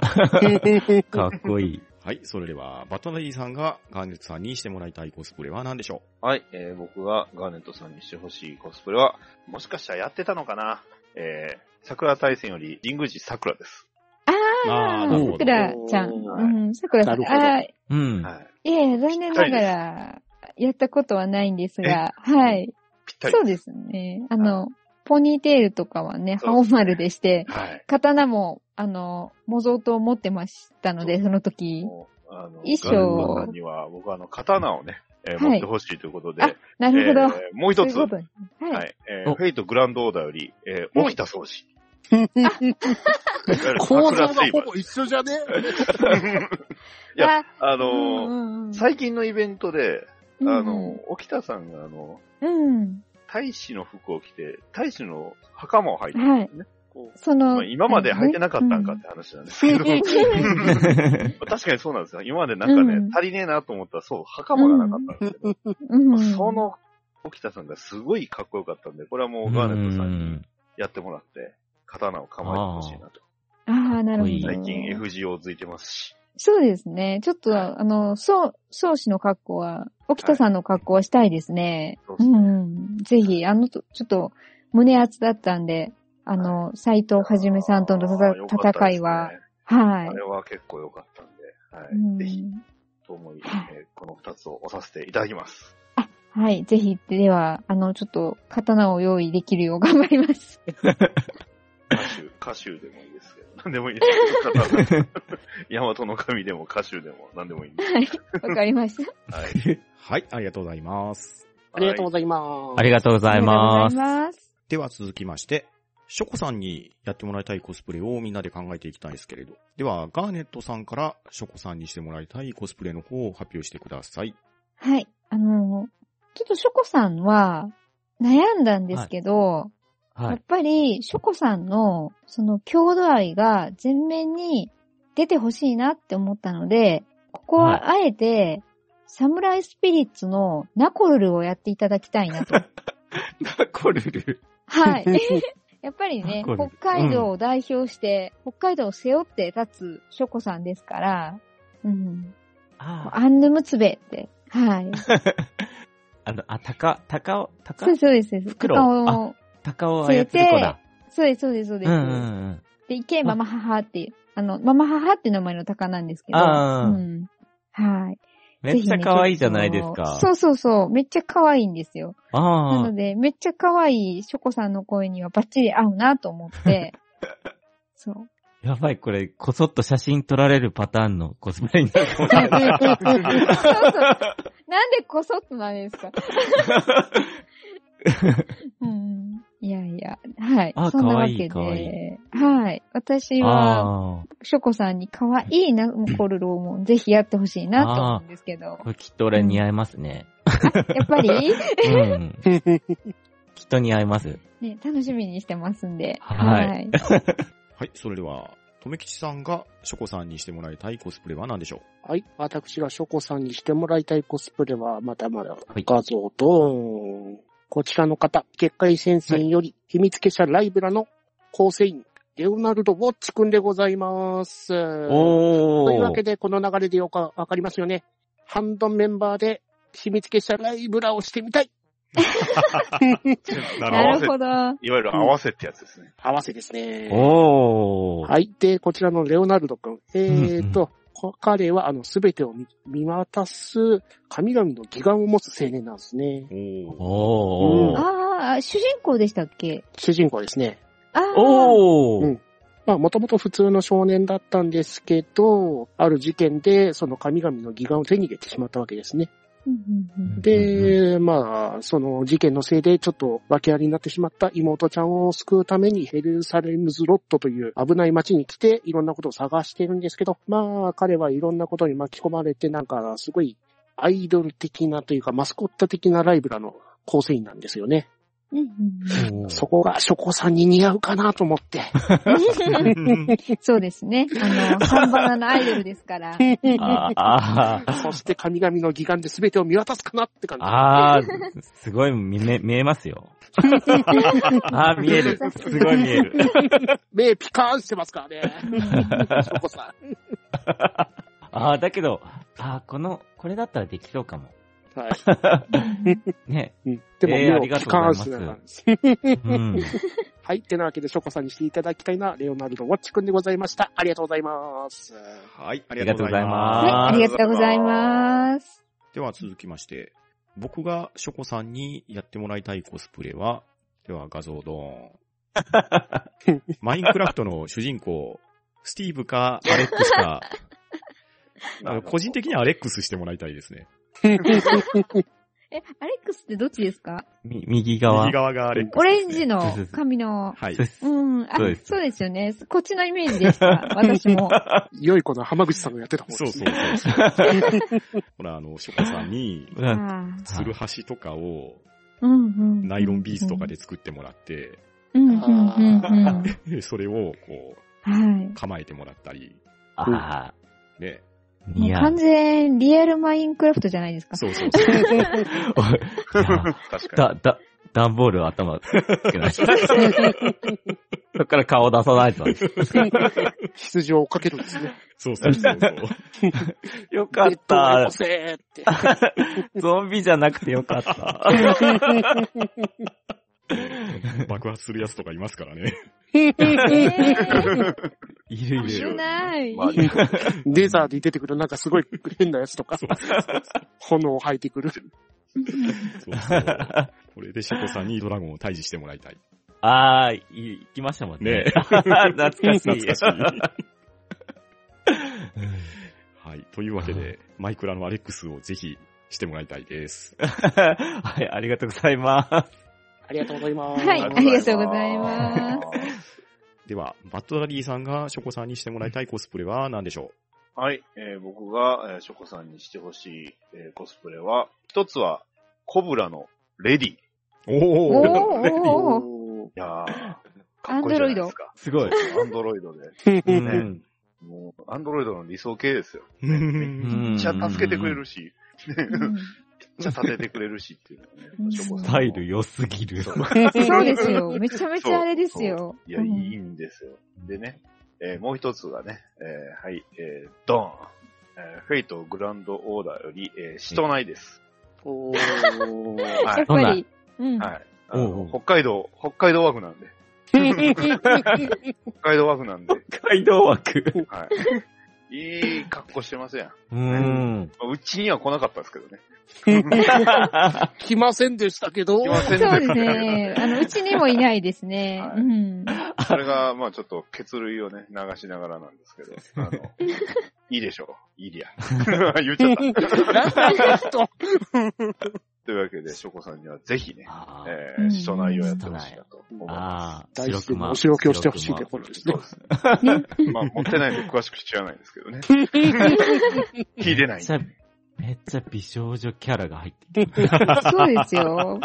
Speaker 1: かっこいい。
Speaker 3: はい。それでは、バトナリーさんがガーネットさんにしてもらいたいコスプレは何でしょ
Speaker 2: はい、えー僕がガーネットさんにしてほしいコスプレは、もしかしたらやってたのかなえー、桜大戦より神宮寺桜です。
Speaker 3: あ
Speaker 4: あ
Speaker 3: ー
Speaker 4: あ
Speaker 3: なるほど
Speaker 4: ー、桜ちゃん。
Speaker 2: はい
Speaker 4: うん、桜さん。あ
Speaker 5: な
Speaker 4: あー、
Speaker 1: うん。
Speaker 2: はい。
Speaker 4: いやいや、残念ながら、やったことはないんですが、はい。
Speaker 2: ぴったり
Speaker 4: そうですね。あの、ポニーテールとかはね、
Speaker 2: そう
Speaker 4: 青
Speaker 2: ですね
Speaker 4: 丸でして、
Speaker 2: はい。
Speaker 4: 刀も、あの、模造刀を持ってましたので、その時。
Speaker 2: もうあの
Speaker 4: 衣装
Speaker 2: ガーネットさんには、僕はあの、刀をね、えー
Speaker 4: は
Speaker 2: 持
Speaker 4: い
Speaker 2: ってほしいということで、
Speaker 4: あなるほど。
Speaker 2: えーもう一つ、
Speaker 4: そういう
Speaker 2: は
Speaker 4: ことねはい。
Speaker 2: い、えー
Speaker 1: お
Speaker 2: フェイトグランドオーダーより、えー、沖田総司。桜
Speaker 5: 構造が
Speaker 2: 水
Speaker 5: ほ
Speaker 2: 分
Speaker 5: ぼ一緒じゃね
Speaker 2: いや
Speaker 4: あ、
Speaker 2: あ
Speaker 4: あ
Speaker 2: のー最近のイベントで、あのー、沖田さんが、あの、
Speaker 4: うん。
Speaker 2: 大使の服を着て、大使の袴を履いてるんですね。こう
Speaker 4: そ
Speaker 2: まあ
Speaker 4: の、
Speaker 2: 今まで履いてなかったんかって話なんですけど、 確かにそうなんですよ。今までなんかね、
Speaker 4: うん
Speaker 2: 足りねえなと思ったら、そう、袴がなかったんですけど、
Speaker 4: うん。うん
Speaker 2: そ、の、沖田さんがすごいかっこよかったんで、これはもうガーネットさんにやってもらって、刀を構えてほしいなと。
Speaker 4: ああ、なるほど。
Speaker 2: 最近 FGO 付いてますし。
Speaker 4: そうですね。ちょっと、
Speaker 2: はい
Speaker 4: あの、そう、宗師の格好は、沖田さんの格好はしたいですね。
Speaker 2: そう
Speaker 4: う
Speaker 2: ですね
Speaker 4: ん。ぜひ、あの、とちょっと、胸熱だったんで、あの、斎藤はじめさんとの
Speaker 2: あーよかった
Speaker 4: 戦
Speaker 2: ですね
Speaker 4: 戦いは、はい
Speaker 2: あ。れは結構良かったん
Speaker 4: う
Speaker 2: で、はい。ぜひ、
Speaker 4: ん
Speaker 2: と思い、えーこの二つを押させていただきます。
Speaker 4: はい、ぜひ、では、あの、ちょっと、刀を用意できるよう頑張り ます。
Speaker 2: 歌手、歌手でもいいですけど、何でもいいですけど。ヤマトの神でも歌手でも何でもいいんで。
Speaker 4: はい、わかりました。
Speaker 2: はいう
Speaker 3: はい、ありがとうございます。
Speaker 5: ありがとうございます。
Speaker 1: ありがとうございま
Speaker 4: あり
Speaker 1: す。
Speaker 4: がとうございます。
Speaker 3: では続きまして、ショコさんにやってもらいたいコスプレをみんなで考えていきたいですけれど。では、ガーネットさんからショコさんにしてもらいたいコスプレの方を発表してください。
Speaker 4: はい。あの、ちょっとショコさんは悩んだんですけど、
Speaker 1: は
Speaker 4: やっ
Speaker 1: い。
Speaker 4: ぱり、ショコさんの、その、郷土愛が全面に出てほしいなって思ったので、ここはあえて、サムライスピリッツのナコルルをやっていただきたいな と。
Speaker 1: ナコルル。
Speaker 4: はい。 やっぱりね、
Speaker 1: ナコル
Speaker 4: 北
Speaker 1: ル
Speaker 4: 海道を代表して、北海道を背負って立つショコさんですから、うん。
Speaker 1: あ
Speaker 4: アンヌムツベって。 はい。
Speaker 1: あの、あ、高、高尾、高
Speaker 4: そうです、そうです。そうです
Speaker 1: 袋
Speaker 4: 鷹を
Speaker 1: あ高尾操る子だ。
Speaker 4: そうです、そうです、そうで
Speaker 1: うん
Speaker 4: す。
Speaker 1: うんうん。
Speaker 4: で、行け、ママ母っていう、あの、ママ母って名前の鷹なんですけど、
Speaker 1: あー
Speaker 4: うん。はい。
Speaker 1: めっちゃ可愛いじゃないです
Speaker 4: ぜひねちょ
Speaker 1: か
Speaker 4: っと。そうそうそう、めっちゃ可愛いんですよ。な
Speaker 1: ああ
Speaker 4: の。で、めっちゃ可愛いショコさんの声にはバッチリ合うなと思って、そう。
Speaker 1: やばい、これ、こそっと写真撮られるパターンのコスプレになるかもし
Speaker 4: そ
Speaker 1: れ
Speaker 4: うそ
Speaker 1: な
Speaker 4: う
Speaker 1: い。
Speaker 4: なんでこそっとなんですかうん。いやいや、はい。
Speaker 1: あ
Speaker 4: そんなわけで。
Speaker 1: 可愛い
Speaker 4: はい。私は、
Speaker 1: ああ。
Speaker 4: ショコさんに可愛いナコルルをもうぜひやってほしいなと思うんですけど。
Speaker 1: これきっと俺似合いますね。
Speaker 4: やっぱり、
Speaker 1: うん。きっと似合います。
Speaker 4: ね、楽しみにしてますんで。
Speaker 1: はい
Speaker 4: い。
Speaker 3: はい、それでは、とめきちさんがショコさんにしてもらいたいコスプレは何でしょう
Speaker 5: はい。私がショコさんにしてもらいたいコスプレは、まだまだ
Speaker 1: はい
Speaker 5: 画像と、こちらの方、結界戦線より秘密結社ライブラの構成員、レオナルド・ウォッチ君でございます。
Speaker 1: おー。
Speaker 5: というわけで、この流れでよくわかりますよね。ハンドメンバーで秘密結社ライブラをしてみたい。
Speaker 2: な
Speaker 4: な
Speaker 2: る
Speaker 4: る
Speaker 2: ほど。
Speaker 4: ほど。
Speaker 2: いわゆる合わせってやつですね。
Speaker 5: 合わせですね。
Speaker 1: おー。
Speaker 5: はい。で、こちらのレオナルド君。えー
Speaker 1: う
Speaker 5: と、こ彼は、あの、すべてを見見渡す、神々の義眼を持つ青年なんですね。
Speaker 3: お
Speaker 1: おー。
Speaker 4: ああ、主人公でしたっけ
Speaker 5: 主人公ですね。
Speaker 4: ああ。
Speaker 1: お
Speaker 5: う
Speaker 1: ー
Speaker 5: ん。まあ、もともと普通の少年だったんですけど、ある事件で、その神々の義眼を手に入れてしまったわけですね。
Speaker 4: うんうんうん
Speaker 5: で、まあ、その事件のせいで、ちょっと訳ありになってしまった妹ちゃんを救うために、ヘルサレムズロットという危ない街に来て、いろんなことを探してるんですけど、まあ、彼はいろんなことに巻き込まれて、なんか、すごい、アイドル的なというか、マスコット的なライブラの構成員なんですよね。
Speaker 4: うんうん
Speaker 5: そこが、ショコさんに似合うかなと思って。
Speaker 4: うん そうですね。あの、サンバナのアイドルです から。
Speaker 1: あーあ ー。
Speaker 5: そして神々の義眼で全てを見渡すかなって感じ。
Speaker 1: あー、すごい見え、見えます よ。あー、見える。すごい見える。
Speaker 5: 目ピカーンしてますからね。 ショコさ
Speaker 1: あー、だけど、あー、この、これだったらできそうかも。
Speaker 5: ん。 はい。
Speaker 1: ね。
Speaker 5: うんでも、
Speaker 1: えーあ
Speaker 5: 目
Speaker 1: り
Speaker 5: を
Speaker 1: がとうござい
Speaker 5: ピカー
Speaker 1: ま
Speaker 5: ン
Speaker 1: す
Speaker 5: してながらです。
Speaker 1: うん。
Speaker 5: はい。てなわけで、ショコさんにしていただきたいな、レオナルド・ウォッチ君でございました。ありがとうございます。
Speaker 3: はい、あ
Speaker 1: りがとうござい
Speaker 4: は
Speaker 1: ます
Speaker 4: い、ありがとうございます。
Speaker 3: では続きまして、僕がショコさんにやってもらいたいコスプレは、では画像ドーン。マインクラフトの主人公、スティーブかアレックスか、あの個人的にはアレックスしてもらいたいですね。
Speaker 4: え、アレックスってどっちですか
Speaker 1: み右側
Speaker 3: 右。側がアレックス、
Speaker 4: オレンジの
Speaker 1: そうそうそう
Speaker 4: 髪の。
Speaker 3: はい。
Speaker 4: うん、あ
Speaker 1: そうです
Speaker 4: そうですよね。こっちのイメージでした。私 も。
Speaker 5: 良い子の浜口さんがやってた方
Speaker 3: そうそうそう。ほら、あの、ショコさんに、
Speaker 1: う
Speaker 4: あ
Speaker 1: ん
Speaker 4: ー
Speaker 3: ツルハシとかを
Speaker 4: うんうん
Speaker 3: ナイロンビーズとかで作ってもらって、
Speaker 4: うんうんうん
Speaker 3: それをこ
Speaker 4: うん。はい。
Speaker 3: う、構えてもらったり、
Speaker 1: あ
Speaker 3: ね。
Speaker 1: ー、
Speaker 4: もう
Speaker 1: 似合う
Speaker 4: 完。全リアルマインクラフトじゃないですか。
Speaker 3: そうそうそう。
Speaker 1: いや
Speaker 2: 確か
Speaker 1: だ、だ、段ボール頭つけない。そ っから顔出さないと。
Speaker 5: 羊を追っかけるんですね。
Speaker 3: そうそうそうそう。
Speaker 1: よかっ
Speaker 5: ベッドを
Speaker 1: た
Speaker 5: 起こ。せーっ て。
Speaker 1: ゾンビじゃなくてよかった。
Speaker 3: 爆発するやつとかいますからね。
Speaker 4: えー
Speaker 1: いるい
Speaker 4: 危
Speaker 1: る。
Speaker 4: ない。
Speaker 2: に。まあ、でも
Speaker 5: レザーで出てくるなんかすごい変なやつとか、炎を吐いてくる。
Speaker 3: そうそう。これでシャコさんにドラゴンを退治してもらいたい。
Speaker 1: あー、い、行きましたもんね
Speaker 3: ね。
Speaker 1: 懐かしい。
Speaker 3: 懐かしい。はい。というわけで、マイクラのアレックスをぜひしてもらいたいです。
Speaker 1: はい、ありがとうございます。
Speaker 5: ありがとうございます。
Speaker 4: はい、あ
Speaker 2: あり
Speaker 4: り
Speaker 2: が
Speaker 4: が
Speaker 2: と
Speaker 4: と
Speaker 2: う
Speaker 4: う
Speaker 2: ご
Speaker 4: ご
Speaker 2: ざ
Speaker 4: ざ
Speaker 2: い
Speaker 4: い
Speaker 2: ま
Speaker 4: ますす。
Speaker 3: では、バッドダディさんがショコさんにしてもらいたいコスプレは何でしょ
Speaker 2: はい、えー僕が、えーショコさんにしてほしい、えーコスプレは、一つは、コブラのレディ。いう
Speaker 3: お
Speaker 4: おー
Speaker 3: ー
Speaker 4: おー
Speaker 5: お
Speaker 2: やー、かっこいいじゃないですか。
Speaker 1: すごい。
Speaker 2: アンドロイドで。
Speaker 1: う
Speaker 5: ー
Speaker 1: ん。
Speaker 2: もう、アンドロイドの理想系ですよ。
Speaker 3: うん
Speaker 2: めっちゃ助けてくれるし、
Speaker 4: うん
Speaker 2: めっちゃ立ててくれるしっていうの
Speaker 4: う
Speaker 2: ね。
Speaker 4: ん
Speaker 2: ショコさん
Speaker 1: ス
Speaker 2: の
Speaker 1: タイル良すぎる。
Speaker 2: そう
Speaker 4: そうで すよ。めちゃめちゃあれですよ。
Speaker 2: いや、いいんですよ。でね、えーもう一つがね、えーはい、えードン。えーフェイトグランドオーダーより、えー、シトナイです。
Speaker 5: お
Speaker 4: うん。
Speaker 2: は
Speaker 4: やっ
Speaker 2: い。
Speaker 4: ぱり。うん。
Speaker 2: はい。あの
Speaker 1: おうおう
Speaker 2: 北海道、北海道枠なんで。北海道枠なんで。
Speaker 1: 北海道枠。
Speaker 2: はい。いい格好してますやん。
Speaker 1: うん。
Speaker 2: うちには来なかったですけどね。
Speaker 5: 来ませんでしたけど
Speaker 2: 来、ませんでし
Speaker 4: そ
Speaker 2: たけ
Speaker 4: うです
Speaker 2: ど
Speaker 4: ね。あの、うちにもいないですね。
Speaker 2: はい
Speaker 4: うん。
Speaker 2: それが、まあちょっと血類をね、流しながらなんですけど、あの、いいでしょう。いいりゃ。 言っちゃった。
Speaker 5: なんだこの人
Speaker 2: というわけで、ショコさんにはぜひね、
Speaker 1: あー
Speaker 2: えー、人内容やってほしいなと思いま
Speaker 1: あー、
Speaker 5: 大好きな
Speaker 1: 白熊
Speaker 5: お仕分けをしてほしい
Speaker 1: 白
Speaker 5: ね、
Speaker 1: 熊
Speaker 5: この
Speaker 2: す。
Speaker 5: 人
Speaker 2: そう。ですね。まあ、持ってないんで詳しく知らないんですけどね。聞いて
Speaker 1: め
Speaker 2: な
Speaker 1: っ
Speaker 2: いん
Speaker 1: ち
Speaker 2: で。
Speaker 1: ゃ、めっちゃ美少女キャラが入ってき
Speaker 4: そうで すよ。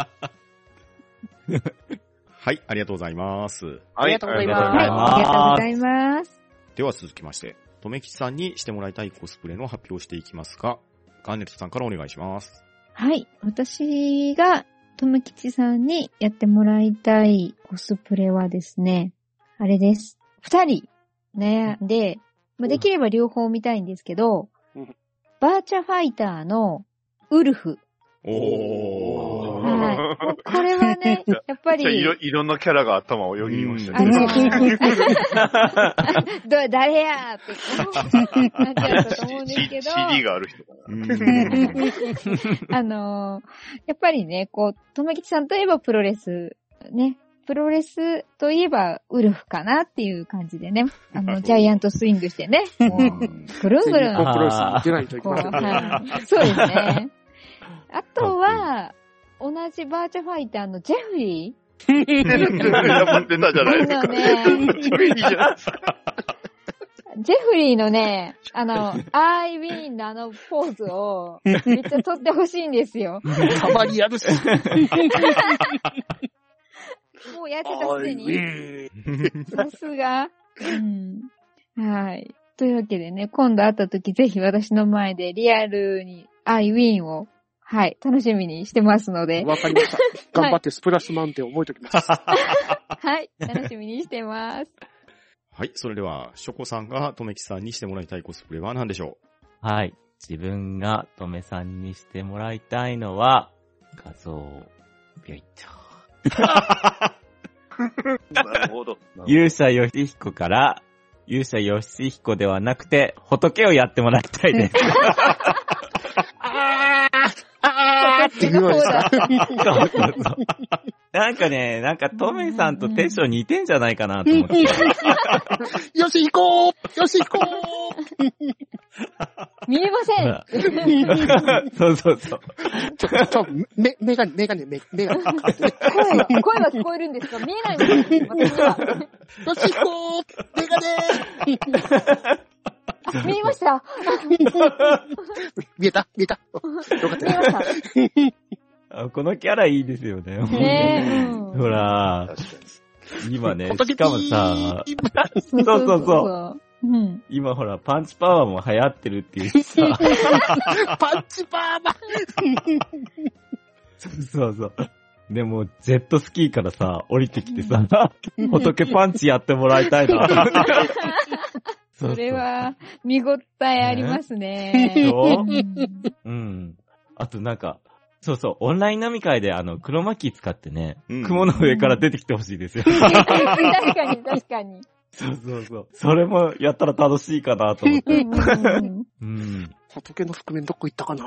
Speaker 3: はい、ありがとうございます。
Speaker 5: ありがとうございます
Speaker 4: はい、ありがとうござ
Speaker 1: す。
Speaker 4: います。
Speaker 3: では続きまして、とめきちさんにしてもらいたいコスプレの発表をしていきますが、ガーネットさんからお願いします。
Speaker 4: はい。私が、とむきちさんにやってもらいたいコスプレはですね、あれです。二人悩んで、まあ、できれば両方見たいんですけど
Speaker 5: うん、
Speaker 4: バーチャファイターのウルフ。
Speaker 2: おー
Speaker 4: はい。もうこれはね、やっぱ
Speaker 2: じゃあいろ
Speaker 4: り、
Speaker 2: いろんなキャラが頭をよぎりました
Speaker 4: あ
Speaker 2: け
Speaker 4: の
Speaker 2: ど。
Speaker 4: ど、誰やーって なっちゃったと思うんです
Speaker 2: C-
Speaker 4: けど。
Speaker 2: CD がある人か
Speaker 3: う
Speaker 2: な。
Speaker 3: ーん
Speaker 4: あのーやっぱりね、こう、とめきちさんといえばプロレス、ね、プロレスといえばウルフかなっていう感じでね、あの、ジャイアントスイングしてね、もう、ぐるんぐるん、
Speaker 5: コ
Speaker 4: こ、
Speaker 5: ンプロレスに出ないというけませんね。
Speaker 4: はい。そうですね。あとは、同じバーチャファイターのジェフリー
Speaker 2: やっぱ出たじゃ
Speaker 4: あ
Speaker 2: ないです
Speaker 4: の
Speaker 2: か。
Speaker 4: ね、
Speaker 2: それいいじゃないですか。
Speaker 4: ジェフリーのね、あの、アイウィンのあのポーズを、めっちゃ撮ってほしいんですよ。
Speaker 5: たまにやるし。
Speaker 4: もうやってたすでに。さすが。うん。はい。というわけでね、今度会った時ぜひ私の前でリアルにアイウィンを、はい、楽しみにしてますので、
Speaker 5: わかりました。頑張ってスプラッシュマウンテン覚えておきます。
Speaker 4: はい、楽しみにしてます。
Speaker 3: はい、それでは、ショコさんがとめきちさんにしてもらいたいコスプレは何でしょ
Speaker 1: はい。自分が、とめさんにしてもらいたいのは、画像、よいっと。
Speaker 2: なるほど。
Speaker 1: 勇者よしひこから、勇者よしひこではなくて、仏をやってもらいたいです。
Speaker 5: ああああって言われた。
Speaker 1: そうそうそうなんかね、なんかトメさんとテッション似てんじゃないかなと思って。
Speaker 5: よし、行こうよし、行こ
Speaker 4: 見えません
Speaker 1: ほら そうそうそう。
Speaker 5: うちょ、ちょ、め、メガネ、メガネ、メメガネ。
Speaker 4: 声は、声は聞こえるんですが、見えないんです私には。
Speaker 5: よし、行こうメガネ
Speaker 4: あ見えました
Speaker 5: 見えた見えたよかった
Speaker 4: 見えました
Speaker 1: あこのキャラいいですよね。
Speaker 4: ねえ。うん
Speaker 1: ほら、
Speaker 2: 確かに。
Speaker 1: 今ね、
Speaker 5: 仏
Speaker 1: しかもさ、
Speaker 5: ピー
Speaker 1: そうそうそう。
Speaker 4: う。うん。
Speaker 1: 今ほら、パンチパワーも流行ってるっていうしさ、
Speaker 5: パンチパーマ
Speaker 1: そうそう。でも、ジェットスキーからさ、降りてきてさ、 仏パンチやってもらいたい なと思って。うう
Speaker 4: それ、は、見応えありますね。
Speaker 1: でしょ
Speaker 4: うん
Speaker 1: うん。あとなんか、そうそう、オンライン飲み会であの、黒巻使ってね、
Speaker 3: うん
Speaker 1: 雲の上から出てきてほしいですよ。
Speaker 4: 確かに、確かに。
Speaker 1: そうそうそう。それもやったら楽しいかなと思 って。
Speaker 4: うん
Speaker 1: うん。
Speaker 5: 仏の覆面どこ行ったかな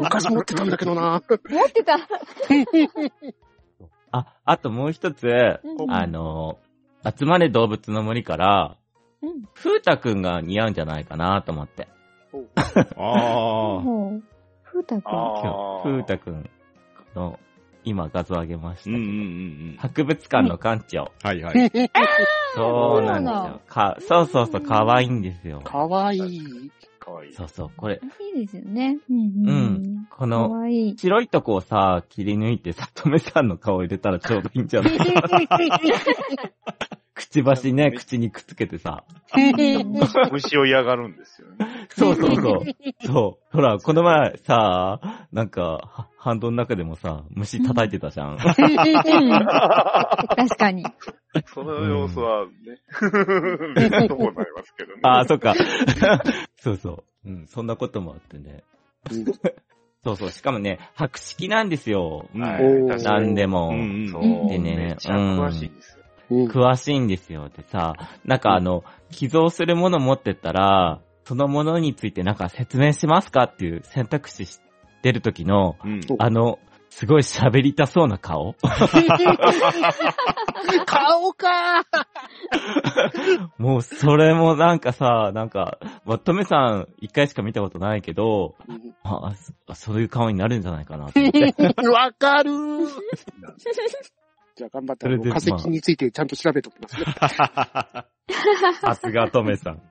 Speaker 5: 昔持ってたんだけどな
Speaker 4: 持ってた。
Speaker 1: あ、あともう一つ、
Speaker 4: うん
Speaker 1: あの、集まれ動物の森から、
Speaker 4: うん
Speaker 1: ふうたくんが似合うんじゃないかなと思って。
Speaker 3: うああ、
Speaker 4: もう、ふうたくん。
Speaker 2: あ
Speaker 1: ふうたくんの、今画像上げました
Speaker 3: う
Speaker 1: け
Speaker 3: ん
Speaker 1: ど。
Speaker 3: うんうんうん。
Speaker 1: 博物館の館長。
Speaker 3: はいはい。
Speaker 1: そうなんで
Speaker 4: そ
Speaker 1: す
Speaker 4: うな
Speaker 1: よ。か、そうそうそう、かわいいんですよ。
Speaker 5: かわいい。
Speaker 2: かわいい。
Speaker 1: そうそう、これ、
Speaker 4: いいですよね。うん。
Speaker 1: うんこ
Speaker 4: か
Speaker 1: の、
Speaker 4: わい い。
Speaker 1: 白いとこをさ、切り抜いて、さとめさんの顔入れたらちょうどいいんじゃ ないくちばしね、口にくっつけてさ。
Speaker 2: 虫を嫌がるんですよね。
Speaker 1: そうそうそう。そう。ほら、この前さ、なんか、はハンドの中でもさ、虫叩いてたじゃん。
Speaker 4: うん確かに。
Speaker 2: その様子はね、 別のとこになりますけどね。
Speaker 1: ああ、そっか。 そうそう。うん、そんなこともあってね。そうそう、しかもね、白色なんですよ。
Speaker 3: うん
Speaker 2: は
Speaker 5: おー
Speaker 2: い確か
Speaker 1: な
Speaker 2: に
Speaker 1: んでも。
Speaker 3: うん
Speaker 2: そうう。
Speaker 1: でね
Speaker 2: めっちゃ詳しいんですよ。
Speaker 5: うん
Speaker 1: 詳しいんですよ。でさ、なんかあの、寄贈するもの持ってったら、そのものについてなんか説明しますかっていう選択肢出る時の、
Speaker 3: ん。うん。
Speaker 1: あの、すごい喋りたそうな顔。
Speaker 5: 顔か
Speaker 1: もうそれもなんかさ、なんか、まとめさん一回しか見たことないけど、ああそそういう顔になるんじゃないかなと思って。
Speaker 5: わかるじゃあ頑張って、あの
Speaker 1: それで
Speaker 5: 化石についてちゃんと調べておきますね。
Speaker 1: さすがとめさん。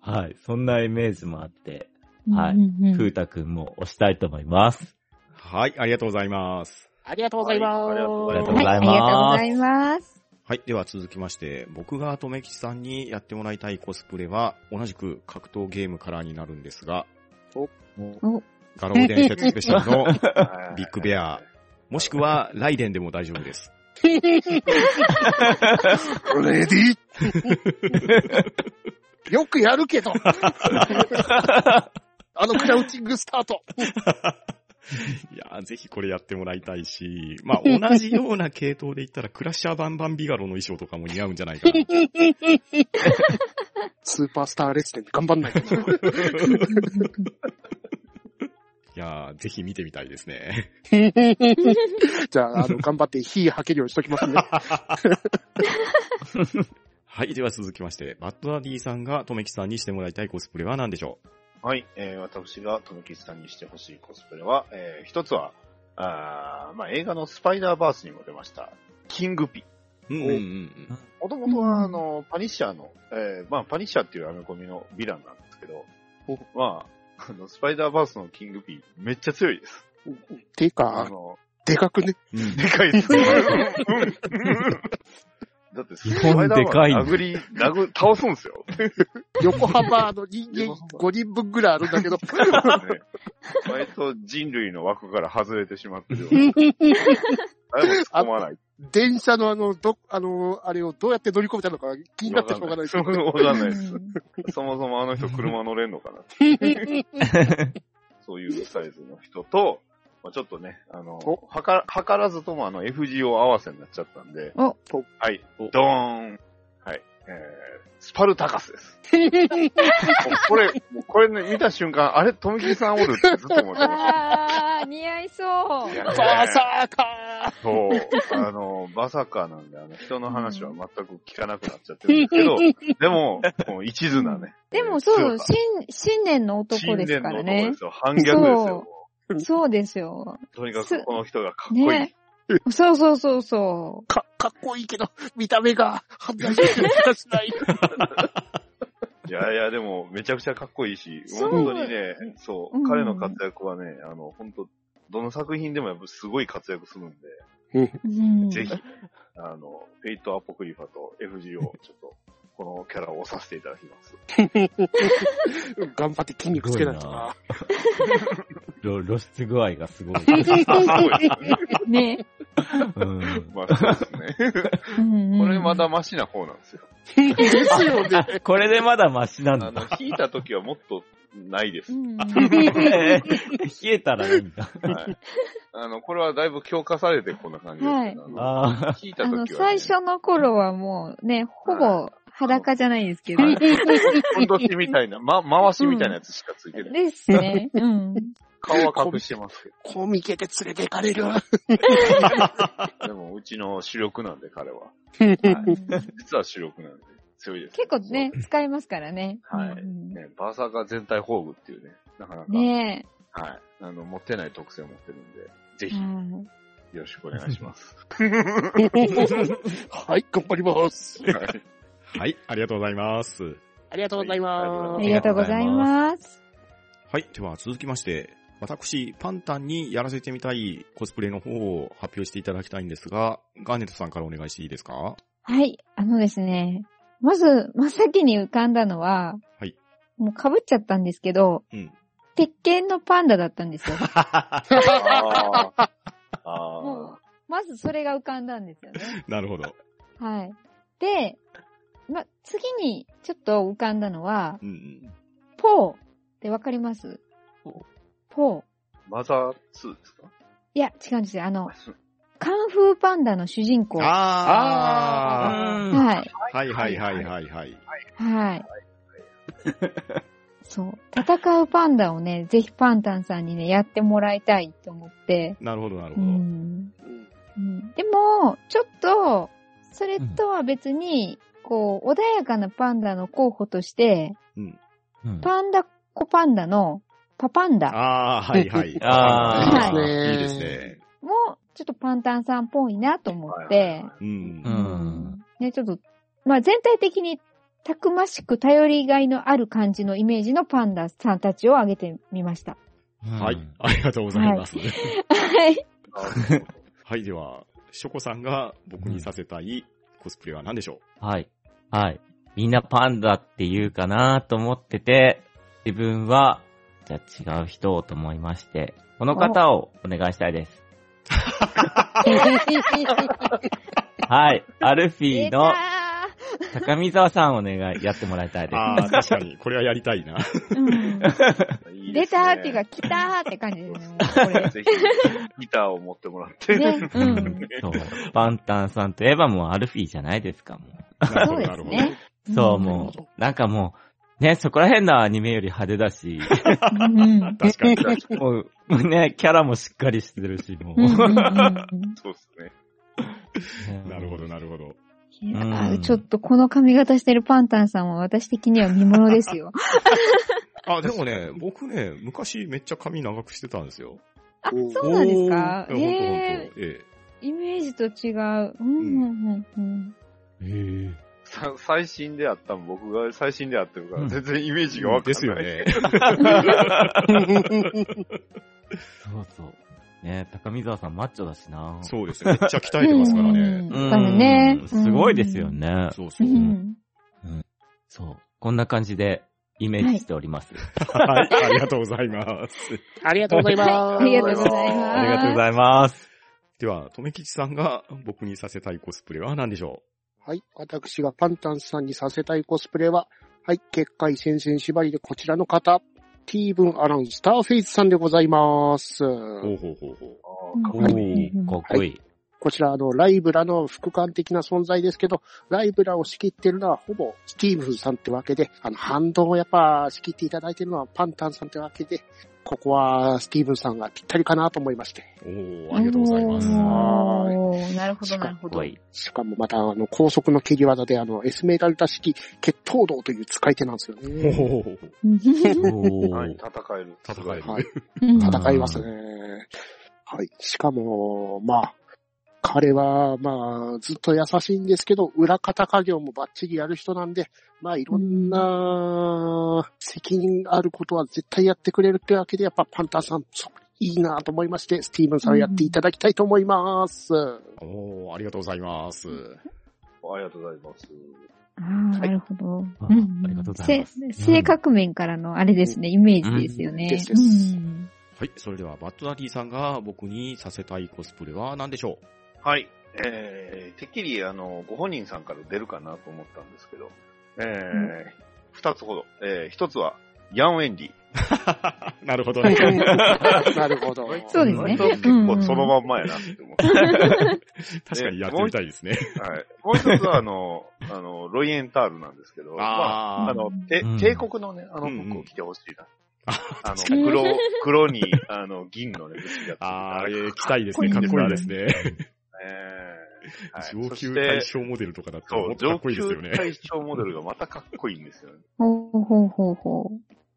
Speaker 1: はい。そんなイメージもあって、はい
Speaker 4: うんうん
Speaker 1: ふうたくんも押したいと思います。
Speaker 3: はい、ありがとうございます。
Speaker 5: ありがとうございます。
Speaker 2: はいありがとうございます
Speaker 4: はい、ありがとうございます。
Speaker 3: はい。では続きまして、僕がとめきちさんにやってもらいたいコスプレは、同じく格闘ゲームからになるんですが、
Speaker 4: お、
Speaker 3: ガロー伝説スペシャルの、
Speaker 2: はい
Speaker 3: ビッグベア。もしくは、ライデンでも大丈夫です。
Speaker 5: レディーよくやるけど。あのクラウチングスタート。
Speaker 3: いやーぜひこれやってもらいたいし、まあ、同じような系統で言ったら、 クラッシャーバンバンビガロの衣装とかも似合うんじゃないか な。
Speaker 5: スーパースター列伝頑張んないとな。
Speaker 3: いやーぜひ見てみたいですね。
Speaker 5: じゃあ、あの、頑張って火吐けるようにしときますね。
Speaker 3: はい。では続きまして、バッドダディさんがとめきさんにしてもらいたいコスプレは何でしょ
Speaker 2: はい、えー私が富吉さんにしてほしいコスプレは、えー一つは、あーまあ、映画のスパイダーバースにも出ました、キングピ。
Speaker 3: うう
Speaker 2: う
Speaker 3: ん
Speaker 2: んうん
Speaker 3: ん
Speaker 2: もともとは、
Speaker 4: うん
Speaker 2: あの、パニッシャーの、えーまあ、パニッシャーっていうアメコミのヴィランなんですけど、まあ、あの、スパイダーバースのキングピ、めっちゃ強いです。
Speaker 5: て
Speaker 2: あ
Speaker 5: か、
Speaker 2: の、
Speaker 5: でかくね。
Speaker 3: うん。
Speaker 2: でかいです。だって、スパイダーマン殴り、殴、倒すんですよ。
Speaker 5: 横幅、あの、人間5人分ぐらいあるんだけど。
Speaker 2: ね割と人類の枠から外れてしまってるような。あれも突っ込まない。
Speaker 5: 電車のあの、ど、あの、あれをどうやって乗り込めたのか気になってしょうがないです。
Speaker 2: わかんないです。
Speaker 4: うん
Speaker 2: そもそもあの人車乗れんのかなって。そういうサイズの人と、まあ、ちょっとね、あの、
Speaker 5: お
Speaker 2: はかはからずともあの FGO 合わせになっちゃったんで、
Speaker 4: お
Speaker 2: はい、
Speaker 3: お
Speaker 2: ドーン。はい、えー、スパルタカスです。もう これ、もうこれね、見た瞬間、あれ、富木さんおるってずっと思ってました。
Speaker 4: あー、似合い そう
Speaker 2: い。や
Speaker 5: バ
Speaker 2: ね
Speaker 5: ーサーカ
Speaker 2: そう、あの、バサカなんで、あの、人の話は全く聞かなくなっちゃってるんですけど、でも、もう一途なね。
Speaker 4: でもそう、
Speaker 2: 強さ
Speaker 4: 新、新年の男ですから
Speaker 2: 信念の男
Speaker 4: ね
Speaker 2: で。すよ。反逆ですよ。
Speaker 4: そうですよ。
Speaker 2: とにかくこの人がかっこいい。
Speaker 4: ね。そうそうそうそ
Speaker 5: ーか、かっこいいけど、見た目が判断してる気がしない。
Speaker 2: いやいや、でも、めちゃくちゃかっこいいし、
Speaker 4: そう
Speaker 2: 本当にね、そう、
Speaker 4: うん
Speaker 2: 彼の活躍はね、あの、本当どの作品でもやっぱすごい活躍するんで、
Speaker 4: う。うん
Speaker 2: ぜひ、あの、フェイトアポクリファと FGO、ちょっと、このキャラを押させていただきます。
Speaker 5: 頑張って筋肉つけないとな。
Speaker 1: 露 露出具合がす ごい。
Speaker 2: すごいですね。
Speaker 4: ね。
Speaker 1: うん
Speaker 2: まあ、そうですね。こ
Speaker 4: こ
Speaker 2: れまだマシな方なんですよ。
Speaker 5: ですよね。
Speaker 1: これでまだマシなん
Speaker 2: あ
Speaker 1: だ。
Speaker 2: の、引いた時はもっとないです
Speaker 4: う。ん。
Speaker 1: えー冷えたらいいんだ。
Speaker 2: はい。あの、これはだいぶ強化されてこんな感じですけど、あの
Speaker 1: あ
Speaker 2: 引いた
Speaker 4: あ
Speaker 2: 時は、
Speaker 4: の、
Speaker 2: ね、
Speaker 4: 最初の頃はもうね、ほぼ裸じゃないですけ ど。
Speaker 2: ふんどしみたいな、ま、回しみたいなやつしかついてない。
Speaker 4: ですね。うん。
Speaker 2: 顔は隠してますけ
Speaker 5: コミケで連れて行かれる。
Speaker 2: ど。でも、うちの主力なんで、彼は。実は主力なんで、強いです。
Speaker 4: 結構ね、使いますからね。
Speaker 2: はい
Speaker 4: うん
Speaker 2: ね、バーサーカー全体宝具っていうね、なかなか、
Speaker 4: ね
Speaker 2: はい。あの、持ってない特性を持ってるんで、ぜひ、よ
Speaker 4: はい
Speaker 2: ろしくお願いします。
Speaker 5: はい、頑張ります。
Speaker 2: はい。
Speaker 3: はい、ありがとうございます。
Speaker 5: ありがとうござい
Speaker 4: あ
Speaker 5: ます
Speaker 4: り。がとうございます。
Speaker 3: はい、では続きまして、私、パンタンにやらせてみたいコスプレの方を発表していただきたいんですが、ガーネットさんからお願いしていいですか
Speaker 4: はい、あのですね、まず、真っ先に浮かんだのは、
Speaker 3: はい
Speaker 4: もう被っちゃったんですけど、
Speaker 3: うん。
Speaker 4: 鉄拳のパンダだったんですよ。
Speaker 2: あー
Speaker 4: も
Speaker 2: あ
Speaker 4: う、まずそれが浮かんだんですよね。
Speaker 3: なるほど。
Speaker 4: はい。で、ま、次にちょっと浮かんだのは、
Speaker 3: うん。
Speaker 4: ポーってわかりますポー。
Speaker 2: ー、マザー2ですか
Speaker 4: いや、違うんですよ。あの、カンフーパンダの主人公。は
Speaker 3: あ
Speaker 1: うん
Speaker 4: い。
Speaker 3: ーはいはいはいはいはい。
Speaker 4: はい。そう。戦うパンダをね、ぜひパンタンさんにね、やってもらいたいと思って。
Speaker 3: なるほどなる
Speaker 4: う
Speaker 3: ほど。
Speaker 4: ん。
Speaker 5: うん
Speaker 4: うんでも、ちょっと、それとは別に、こう、穏やかなパンダの候補として、
Speaker 1: うん
Speaker 4: パンダコパンダのパパンダ
Speaker 3: あーはい はい。
Speaker 1: あ
Speaker 5: ー
Speaker 3: ー
Speaker 5: い
Speaker 3: い
Speaker 5: い
Speaker 3: いで
Speaker 5: ですすね
Speaker 3: ね。
Speaker 4: も、ちょっとパンタンさんっぽいなと思っ
Speaker 2: はいはい
Speaker 4: て
Speaker 2: は、
Speaker 3: うん
Speaker 1: う。ん。
Speaker 4: ね、ちょっと、まあ全体的にたくましく頼りがいのある感じのイメージのパンダさんたちを挙げてみました。
Speaker 3: は、
Speaker 1: はい
Speaker 3: ありがとうございます。
Speaker 4: はい。
Speaker 2: あー
Speaker 3: はい、では、ショコさんが僕にさせたいコスプレは何でしょ
Speaker 1: はい。はい。みんなパンダって言うかなと思ってて、自分は、じゃあ違う人をと思いまして、この方をお願いしたい です。はい。アルフィーの高見沢さんお願い、やってもらいたいうです。
Speaker 3: ああ、確かに、これはやりたい な。
Speaker 4: うん
Speaker 2: いいで
Speaker 4: 出
Speaker 2: すね
Speaker 4: たーっていうか、来たーって感じですね。もうこ れ
Speaker 2: ぜひ、ギターを持ってもらって。
Speaker 4: ね、うん。
Speaker 1: そう。パンタンさんといえばもうアルフィーじゃないですか、も
Speaker 3: なる
Speaker 4: そ
Speaker 3: ほ
Speaker 4: う
Speaker 3: ど、
Speaker 4: で
Speaker 3: な
Speaker 4: す
Speaker 3: るほど。
Speaker 4: ね。
Speaker 1: う。そう、
Speaker 4: ん
Speaker 1: もう、なんかもう、ね、そこら辺のアニメより派手だし、
Speaker 4: うん。うん
Speaker 3: 確 かに。
Speaker 1: もう、もうね、キャラもしっかりしてるし、もう。
Speaker 4: うんうん
Speaker 2: そうですね。
Speaker 3: なるほど、なるほど。
Speaker 4: いやー
Speaker 1: うん
Speaker 4: ちょっとこの髪型してるパンタンさんは私的には見物ですよ。
Speaker 3: あ、でもね、僕ね、昔めっちゃ髪長くしてたんですよ。
Speaker 4: あ、
Speaker 5: おー
Speaker 4: そうなんですか
Speaker 3: おーいやほんとほんと
Speaker 4: えー
Speaker 3: え
Speaker 4: イメージと違う。うんうんうんうん。
Speaker 1: へえ。
Speaker 2: さ最新であったん僕が最新であってるから、全然イメージがわ
Speaker 3: え。
Speaker 2: かん
Speaker 3: で
Speaker 2: ない。
Speaker 3: すよ。 ね。
Speaker 1: そうそう。ね高見沢さんマッチョだしな。
Speaker 3: そうですね。めっちゃ鍛えてますから
Speaker 4: うん
Speaker 3: ね。
Speaker 1: うん
Speaker 4: だからね。
Speaker 1: すごいですよね。
Speaker 3: そうそうう。
Speaker 4: ん。
Speaker 1: そう。こんな感じでイメージしております。
Speaker 3: はい、ありがとうございます。
Speaker 5: ありがとうござい
Speaker 4: は
Speaker 5: ま
Speaker 4: い、あ
Speaker 5: す。
Speaker 4: りがとうございます。
Speaker 1: ありがとうございます。
Speaker 3: では、とめきちさんが僕にさせたいコスプレは何でしょ
Speaker 5: はい。私がパンタンさんにさせたいコスプレは、はい。結界戦線縛りでこちらの方、ティーブン・アラン・スターフェイスさんでございます。
Speaker 3: うほうほうほうほう。
Speaker 2: あ
Speaker 4: うん
Speaker 2: ーか
Speaker 1: お
Speaker 2: っ
Speaker 1: ー、かっ
Speaker 2: こいい
Speaker 1: こいい。
Speaker 5: こちら、あの、ライブラの副官的な存在ですけど、ライブラを仕切ってるのはほぼスティーブンさんってわけで、あの、反動をやっぱ仕切っていただいてるのはパンタンさんってわけで、ここはスティーブンさんがぴったりかなと思いまして。
Speaker 3: おー、ありがとうございます。
Speaker 4: おーなるほど、なる
Speaker 1: か
Speaker 4: ほ
Speaker 1: っ
Speaker 4: ど
Speaker 1: こ。いい。
Speaker 5: しかもまた、あの、高速の切り技で、あの、エスメダルタ式決闘道という使い手なんですよ
Speaker 3: ほう
Speaker 5: ね。
Speaker 3: ほうほうほう。
Speaker 1: お
Speaker 2: は
Speaker 1: ー。
Speaker 2: い、戦える。
Speaker 3: 戦える
Speaker 5: はい。
Speaker 4: うん
Speaker 5: 戦いますね。はい。しかも、まあ、彼は、まあ、ずっと優しいんですけど、裏方家業もバッチリやる人なんで、まあ、いろんな責任あることは絶対やってくれるってわけで、やっぱパンタンさん、そういいなと思いまして、スティーブンさんをやっていただきたいと思います。
Speaker 3: おー、ありがとうございます。
Speaker 2: ありがとうございます。
Speaker 4: あーなるほど。
Speaker 1: あ
Speaker 4: うんうん
Speaker 1: ありがとうございます
Speaker 4: せ
Speaker 1: うん
Speaker 4: 性格面からのあれですね、イメージですよね。
Speaker 5: うんですです
Speaker 4: うん
Speaker 3: はい、それではバッドダディさんが僕にさせたいコスプレは何でしょ
Speaker 2: はい。えー、てっきり、あの、ご本人さんから出るかなと思ったんですけど、えー、二つほど。えー、一つは、ヤン・ウェンディ。
Speaker 3: う なるほどね。
Speaker 5: なるほど。
Speaker 4: そうですね
Speaker 2: 割と結構そのまんまやなって思って。
Speaker 3: 確かにやってみたいですね。
Speaker 2: はい。もう一つは、あの、あの、ロイエンタールなんですけど、 まあ、あ
Speaker 3: あ
Speaker 2: の、て
Speaker 1: うん
Speaker 2: 帝国のね、あの
Speaker 3: うんうん
Speaker 2: 服を着てほしいな。
Speaker 3: あ
Speaker 2: あの、
Speaker 4: かに
Speaker 2: 黒、黒に、あの、銀のね、武士がついて
Speaker 3: あ、
Speaker 2: た
Speaker 3: ああ、え
Speaker 2: ね
Speaker 3: ー、着たいですね。か
Speaker 4: か
Speaker 3: っ
Speaker 4: っ
Speaker 3: こ
Speaker 4: こ
Speaker 3: い
Speaker 4: い
Speaker 3: い
Speaker 4: い
Speaker 3: で
Speaker 4: ですす
Speaker 3: ね。
Speaker 2: はい
Speaker 3: 上
Speaker 2: そし
Speaker 3: 級
Speaker 2: て
Speaker 3: 対象モデルとかだったら
Speaker 2: そ
Speaker 3: も
Speaker 2: う、
Speaker 3: っとかっ
Speaker 2: 上
Speaker 3: こいいですよ
Speaker 2: 級
Speaker 3: ね。
Speaker 2: 対象モデルがまたかっこいいんですよね。
Speaker 4: ほうほうほうほ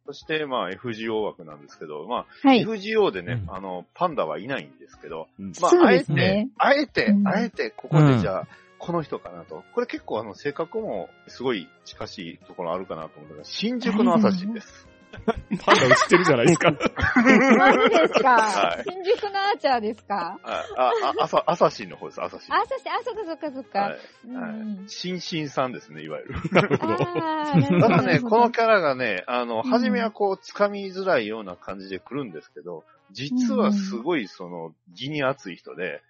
Speaker 2: そして、まあ、FGO 枠なんですけど、まあ、
Speaker 4: はい。
Speaker 2: FGO でね、
Speaker 1: うん
Speaker 2: あの、パンダはいないんですけど、
Speaker 1: うん
Speaker 2: ま
Speaker 4: そ
Speaker 2: あ、
Speaker 4: う
Speaker 2: あ
Speaker 4: で
Speaker 2: え
Speaker 4: すね
Speaker 2: て、あえて
Speaker 4: う、ん
Speaker 2: あえて、ここでじゃあ、この人かなと。これ結構、あの、性格も、すごい近しいところあるかなと思うんだけど、新宿の朝シンです。
Speaker 3: パンダ映ってるじゃないですか。
Speaker 4: マジです
Speaker 2: は
Speaker 4: か
Speaker 2: い
Speaker 4: 新宿のアーチャーですか
Speaker 2: あ、あ、あ朝、朝シンの方です、朝シン。
Speaker 4: あ、そして、あ、そっかそっかそ
Speaker 2: は
Speaker 4: っか
Speaker 2: い。。
Speaker 4: うん
Speaker 2: はい
Speaker 4: うん
Speaker 2: 新進さんですね、いわゆ る。
Speaker 3: なるほど。
Speaker 4: あー なるほど
Speaker 2: ただ
Speaker 4: な
Speaker 2: ね、
Speaker 4: るほ
Speaker 2: こ
Speaker 4: ど
Speaker 2: のキャラがね、あの、
Speaker 4: ん
Speaker 2: 初めはこう、掴みづらいような感じで来るんですけど、実はすごい、その、義に熱い人で、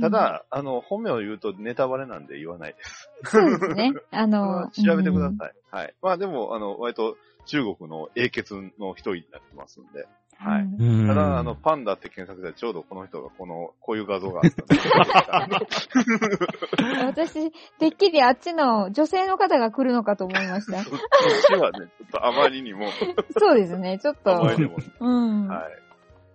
Speaker 2: た、だ、あの、本名を言うとネタバレなんで言わないです。
Speaker 4: うんそうです ね。あの、
Speaker 2: 調べてくだ
Speaker 4: うん
Speaker 2: さい。はい。まあでも、あの、割と中国の英傑の一人になってますんで。はい
Speaker 4: うん
Speaker 1: うん
Speaker 2: ただ、あの、、パンダって検索でちょうどこの人が、この、こういう画像があったん で
Speaker 4: 私、てっきりあっちの女性の方が来るのかと思いまし
Speaker 2: そ
Speaker 4: た
Speaker 2: っ。ちはね、ちょっとあまりにも、
Speaker 4: そうですね、ちょっ
Speaker 2: あま
Speaker 4: と
Speaker 2: り。にも、
Speaker 4: うん。
Speaker 2: はい
Speaker 4: は。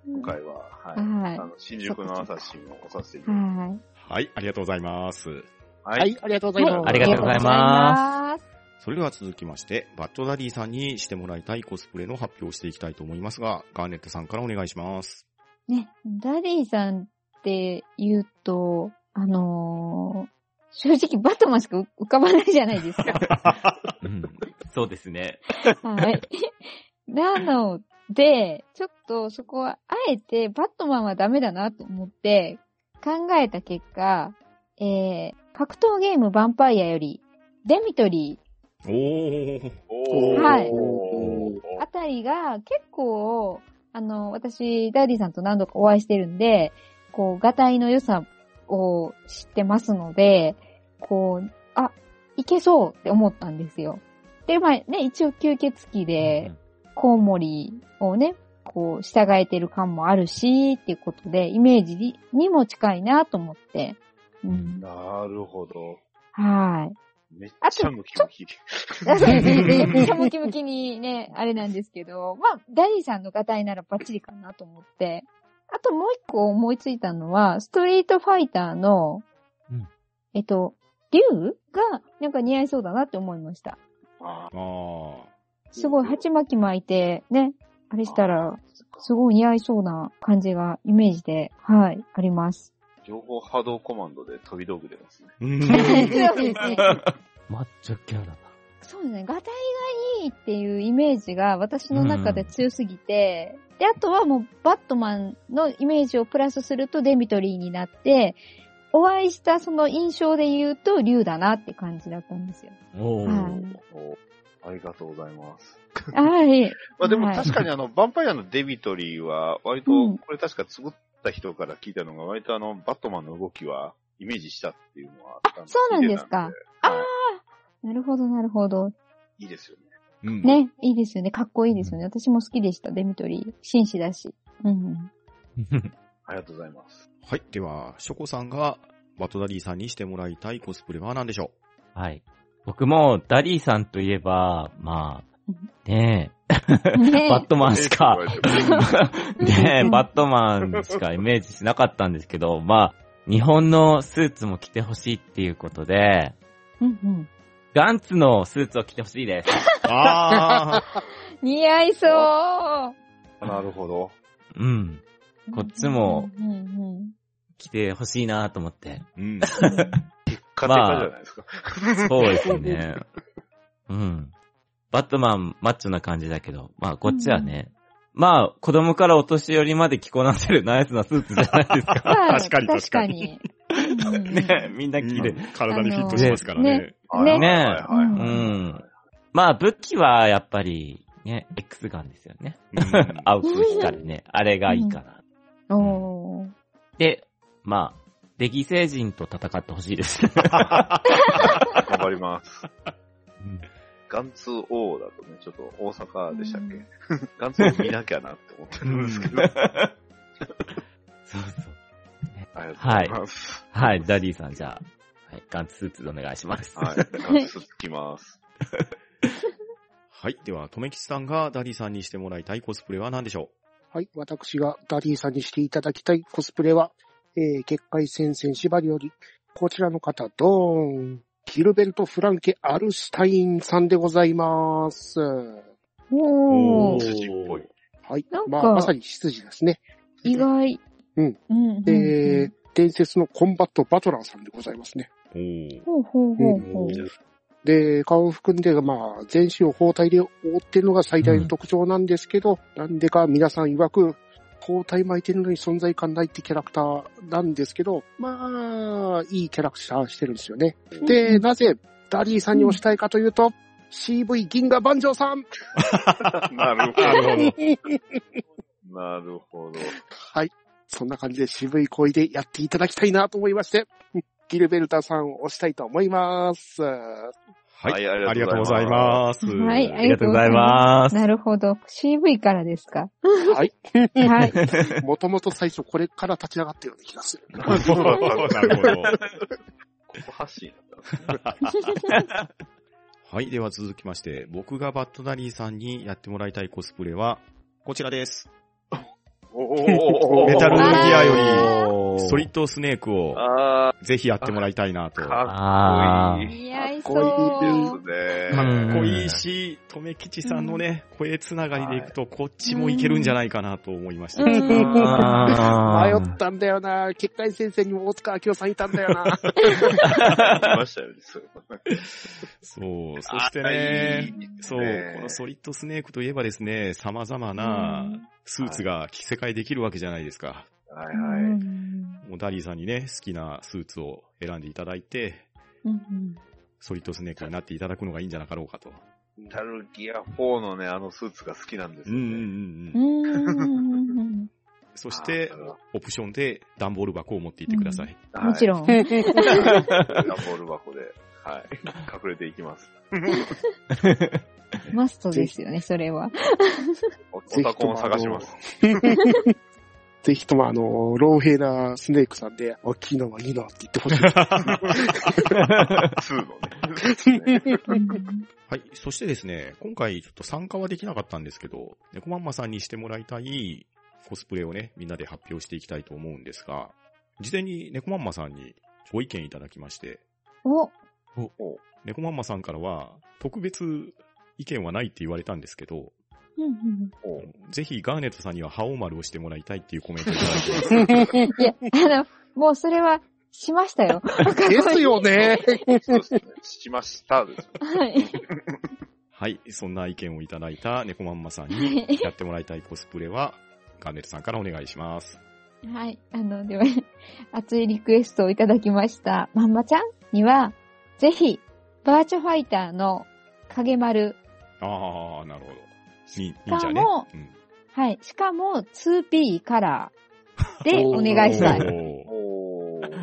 Speaker 2: 今回は、はい。
Speaker 4: はい
Speaker 2: あの、新宿の朝シーンを押させていただきま
Speaker 4: い。。
Speaker 3: はい、ありがとうございます。
Speaker 2: す。は。
Speaker 5: はいい、ありがとうございます。
Speaker 1: ありがとうございます
Speaker 3: それでは続きまして、バッドダディさんにしてもらいたいコスプレの発表をしていきたいと思いますが、ガーネットさんからお願いします。
Speaker 4: ね、ダディさんって言うと、あのー正直バットマンしか浮かばないじゃないですか。
Speaker 1: うんそうですね。
Speaker 4: はい。 なので、ちょっとそこは、あえてバットマンはダメだなと思って考えた結果、えー、格闘ゲームヴァンパイアより、デミトリー、
Speaker 3: おー。
Speaker 2: おー。
Speaker 4: はい
Speaker 2: おー
Speaker 4: あたりが結構、あの、私、ダディさんと何度かお会いしてるんで、こう、ガタイの良さを知ってますので、こう、あ、いけそうって思ったんですよ。で、まあね、一応吸血鬼で、コウモリをね、こう、従えてる感もあるし、っていうことで、イメージににも近いなと思って。うん。
Speaker 2: なるほど。
Speaker 4: はい。
Speaker 2: めっちゃムキムキ。
Speaker 4: だからめっちゃ ムキムキにね、あれなんですけど、まあ、ダディさんのガタイならバッチリかなと思って。あともう一個思いついたのは、ストリートファイターの、
Speaker 1: うん
Speaker 4: えっと、竜がなんか似合いそうだなって思いました。
Speaker 2: あ
Speaker 3: あー。
Speaker 4: すごい鉢巻き巻いて、ね、あれしたら、すごい似合いそうな感じがイメージで、はい、あります。
Speaker 2: ー情報波動コマンドで飛び道具出ますね。
Speaker 3: う
Speaker 4: そうんですね。
Speaker 1: マッチョキャラだ。
Speaker 4: そうですね。ガタイがいいっていうイメージが私の中で強すぎて、で、あとはもうバットマンのイメージをプラスするとデミトリーになって、お会いしたその印象で言うと竜だなって感じだったんですよ。
Speaker 1: お
Speaker 4: はい
Speaker 1: ー。
Speaker 2: おありがとうございます。
Speaker 4: はい。
Speaker 2: まあでも
Speaker 4: はい
Speaker 2: 確かにあの、ヴァンパイアのデビトリーは、割と、
Speaker 4: うん
Speaker 2: これ確か作った人から聞いたのが、割とあの、バットマンの動きは、イメージしたっていうのはあった
Speaker 4: そうなんですか。
Speaker 2: あ
Speaker 4: なるほど、なるほど。
Speaker 2: いいですよね。
Speaker 3: うん
Speaker 4: ね、いいですよね。かっこいいですよね。私も好きでした、デミトリー。紳士だし。うん。
Speaker 2: ありがとうございます。
Speaker 3: はい、では、ショコさんが、バッドダディさんにしてもらいたいコスプレは何でしょ
Speaker 1: はい。僕も、ダディさんといえば、まあ、ねえ、
Speaker 4: ね
Speaker 1: バットマンしか、
Speaker 2: えーって言われても
Speaker 1: ね
Speaker 4: うん
Speaker 1: え、バットマンしかイメージしなかったんですけど、まあ、日本のスーツも着てほしいっていうことで、
Speaker 4: うんうん。
Speaker 1: ガンツのスーツを着てほしいです。
Speaker 3: うあ
Speaker 4: 似合いそう
Speaker 2: なるほど。
Speaker 1: うん。こっちも
Speaker 4: うんうんうん。
Speaker 1: 着てほしいなと思って。
Speaker 3: ー。うん。
Speaker 2: カテカじゃないですか。
Speaker 1: そうですね。うん。バットマン、マッチョな感じだけど、まあ、こっちはね、まあ、子供からお年寄りまで着こなせるナイスなスーツじゃないですか。
Speaker 4: まあ
Speaker 3: 確かに
Speaker 4: 確かに。うん
Speaker 1: ねえ、みんな着る。
Speaker 3: 体にフィットしますからね。
Speaker 4: うんね
Speaker 2: はいはいはいは
Speaker 1: う
Speaker 2: い
Speaker 1: ん。まあ、武器はやっぱり、ね、X ガンですよね。
Speaker 3: うん
Speaker 1: 青く光るね。あれがいいかな。
Speaker 4: おー
Speaker 1: で、まあ、デギ星人と戦ってほしい です。
Speaker 2: 頑張ります。ガンツ王だとね、ちょっと大阪でしたっ
Speaker 4: うん
Speaker 2: けガンツ王見なきゃなって思ってるんですけど。あ
Speaker 1: そうそう。
Speaker 2: りがとうございます。
Speaker 1: はい、ダディさん、じゃあ、はい、ガンツスーツでお願いします。
Speaker 2: はい。ガンツつきます。
Speaker 3: はい、では、とめきちさんがダディさんにしてもらいたいコスプレは何でしょ
Speaker 5: はい、私がダディさんにしていただきたいコスプレは、えー、結界戦線縛りより、こちらの方、ドーン、キルベルト・フランケ・アルシュタインさんでございます。
Speaker 3: う
Speaker 4: おー。
Speaker 2: 羊っぽい。
Speaker 5: はい。
Speaker 4: なんか
Speaker 5: まあ、まさに羊ですね。
Speaker 4: 意外。
Speaker 5: うん。
Speaker 4: うん、うん。
Speaker 5: えー、伝説のコンバットバトラーさんでございますね。
Speaker 3: おー。
Speaker 4: ほうほうほうほう。
Speaker 5: で、顔含んで、まあ、全身を包帯で覆ってるのが最大の特徴なんですけど、なんでか皆さん曰く、包帯巻いてるのに存在感ないってキャラクターなんですけど、まあ、いいキャラクターしてるんですよね。
Speaker 4: うんう
Speaker 5: で、
Speaker 4: ん
Speaker 5: なぜ、ダリーさんに推したいかというと、CV 銀河万丈さん
Speaker 2: なるほど。なるほど。
Speaker 5: はい。そんな感じで渋い恋でやっていただきたいなと思いまして、ギルベルタさんを推したいと思います。
Speaker 3: はい、
Speaker 2: はい
Speaker 3: あ
Speaker 2: あり
Speaker 3: り
Speaker 2: が
Speaker 3: が
Speaker 2: と
Speaker 3: と
Speaker 2: う
Speaker 3: うご
Speaker 2: ご
Speaker 3: ざ
Speaker 2: ざ
Speaker 3: い
Speaker 2: い
Speaker 3: ま。
Speaker 2: ます
Speaker 4: はい、
Speaker 1: ありがとうございます。
Speaker 4: なるほど。CV からですか。
Speaker 5: はい。
Speaker 4: はい。
Speaker 5: もともと最初これから立ち上がったような気がする。
Speaker 3: なるほど。
Speaker 2: ここ発信だったんですね。
Speaker 3: はい、では続きまして、僕がバッドダリーさんにやってもらいたいコスプレは、こちらです。
Speaker 2: おーおーおーおー
Speaker 3: メタルギアよ
Speaker 1: おー
Speaker 3: り、ソリッドスネークを、
Speaker 2: あ
Speaker 3: ぜひやってもらいたいなと。
Speaker 2: ー、
Speaker 3: か
Speaker 2: かっこいい。
Speaker 4: 似合い
Speaker 5: かっこ
Speaker 4: そう。
Speaker 2: です
Speaker 1: か
Speaker 2: ね。
Speaker 3: っ こいいし、とめきちさんのね、声つながりでいくと、こっちもいけるんじゃないかなと思いました。
Speaker 4: うんうん
Speaker 5: 迷
Speaker 1: 迷
Speaker 5: ったんだよな。結界先生にも大塚明夫さんいたんだよな。
Speaker 2: いましたよね、そういうことね
Speaker 3: そう、そしてね、
Speaker 2: あいいです
Speaker 3: そう、
Speaker 2: ね
Speaker 3: このソリッドスネークといえばですね、様々なスーツが着せ替えできるわけじゃないですか。
Speaker 2: はい
Speaker 4: う
Speaker 2: は
Speaker 4: ん
Speaker 2: い。
Speaker 3: もうダリーさんにね、好きなスーツを選んでいただいて、
Speaker 4: うん
Speaker 3: ソリッドスネークになっていただくのがいいんじゃなかろうかと。
Speaker 2: メタルギア4のね、あのスーツが好きなんです
Speaker 3: うん
Speaker 2: よ
Speaker 3: うん
Speaker 2: ね。
Speaker 3: うん
Speaker 4: う
Speaker 3: うん。
Speaker 4: んうん
Speaker 3: そして
Speaker 2: あ、ー
Speaker 3: オプションで段ボール箱を持っていってください。
Speaker 2: はい
Speaker 4: もちろん。
Speaker 2: ダンボール箱で、はい。隠れていき ます。
Speaker 4: マストですよね、それは。
Speaker 2: おオタコンを探し ます。
Speaker 5: ぜひともあの、老兵なスネークさんで、お昨日はいいのって言ってほしいです。
Speaker 2: 2の ね。
Speaker 4: うん
Speaker 3: はい。そしてですね、今回ちょっと参加はできなかったんですけど、猫まんまさんにしてもらいたいコスプレをね、みんなで発表していきたいと思うんですが、事前に猫まんまさんにご意見いただきまして、
Speaker 4: お、
Speaker 3: 猫まんまさんからは特別意見はないって言われたんですけど、
Speaker 4: うんうん
Speaker 2: お
Speaker 3: ぜひガーネットさんには覇王丸をしてもらいたいっていうコメ ントいただいてます。
Speaker 4: いや、あの、もうそれは、しましたよ。
Speaker 5: ですよね。
Speaker 2: そうですね。しましたです。
Speaker 4: はい。
Speaker 3: はい。そんな意見をいただいた猫まんまさん
Speaker 4: は
Speaker 3: に
Speaker 4: い。
Speaker 3: やってもらいたいコスプレは、ガーネットさんからお願いします。
Speaker 4: はい。あの、では、熱いリクエストをいただきました。まんまちゃんには、ぜひ、バーチャファイターの影丸。
Speaker 3: あー、なるほど。に、
Speaker 4: かも
Speaker 3: 忍者ね。うん
Speaker 4: はい。しかも、2P カラーでお願いしたい。
Speaker 3: おー
Speaker 2: おー。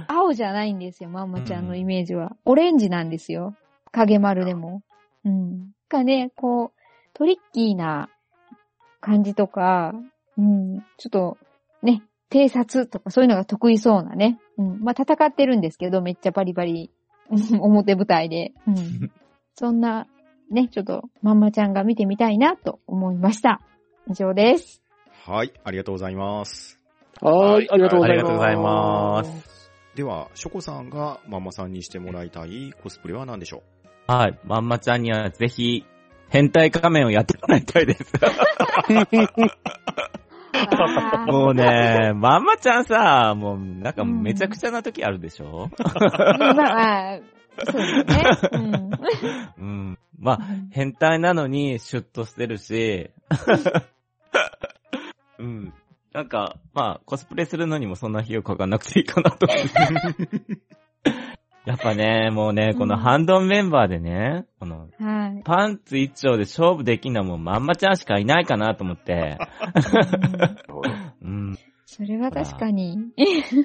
Speaker 4: 青じゃないんですよ、まんまちゃんのイメージは。オレンジなんですよ。影丸でも。うん。かね、こう、トリッキーな感じとか、うん、ちょっと、ね、偵察とかそういうのが得意そうなね。うん。まあ、戦ってるんですけど、めっちゃバリバリ、うん 表舞台で。 うん。そんな、ね、ちょっと、まんまちゃんが見てみたいなと思いました。以上 です。
Speaker 3: はい、ありがとうございます。
Speaker 5: はーい、ありがとうございます。
Speaker 1: ありがとうございます。
Speaker 3: では、ショコさんがママさんにしてもらいたいコスプレは何でしょ
Speaker 1: はい。まんまちゃんにはぜひ、変態仮面をやってもらいたいです。
Speaker 4: わー
Speaker 1: もうね、まんまちゃんさ、もうなんかめちゃくちゃな時あるでしょ、
Speaker 4: まあまあ、そうですね。 う
Speaker 1: う
Speaker 4: ん。
Speaker 1: ん、まあ、変態なのにシュッとしてるし、うん。なんか、まあ、コスプレするのにもそんな費用かかんなくていいかなと思 って。やっぱね、もうね、このハンドンメンバーでね、この
Speaker 4: はい。
Speaker 1: パンツ一丁で勝負できんのはもうまんまちゃんしかいないかなと思って。
Speaker 4: うん
Speaker 1: うん。
Speaker 4: それは確かに。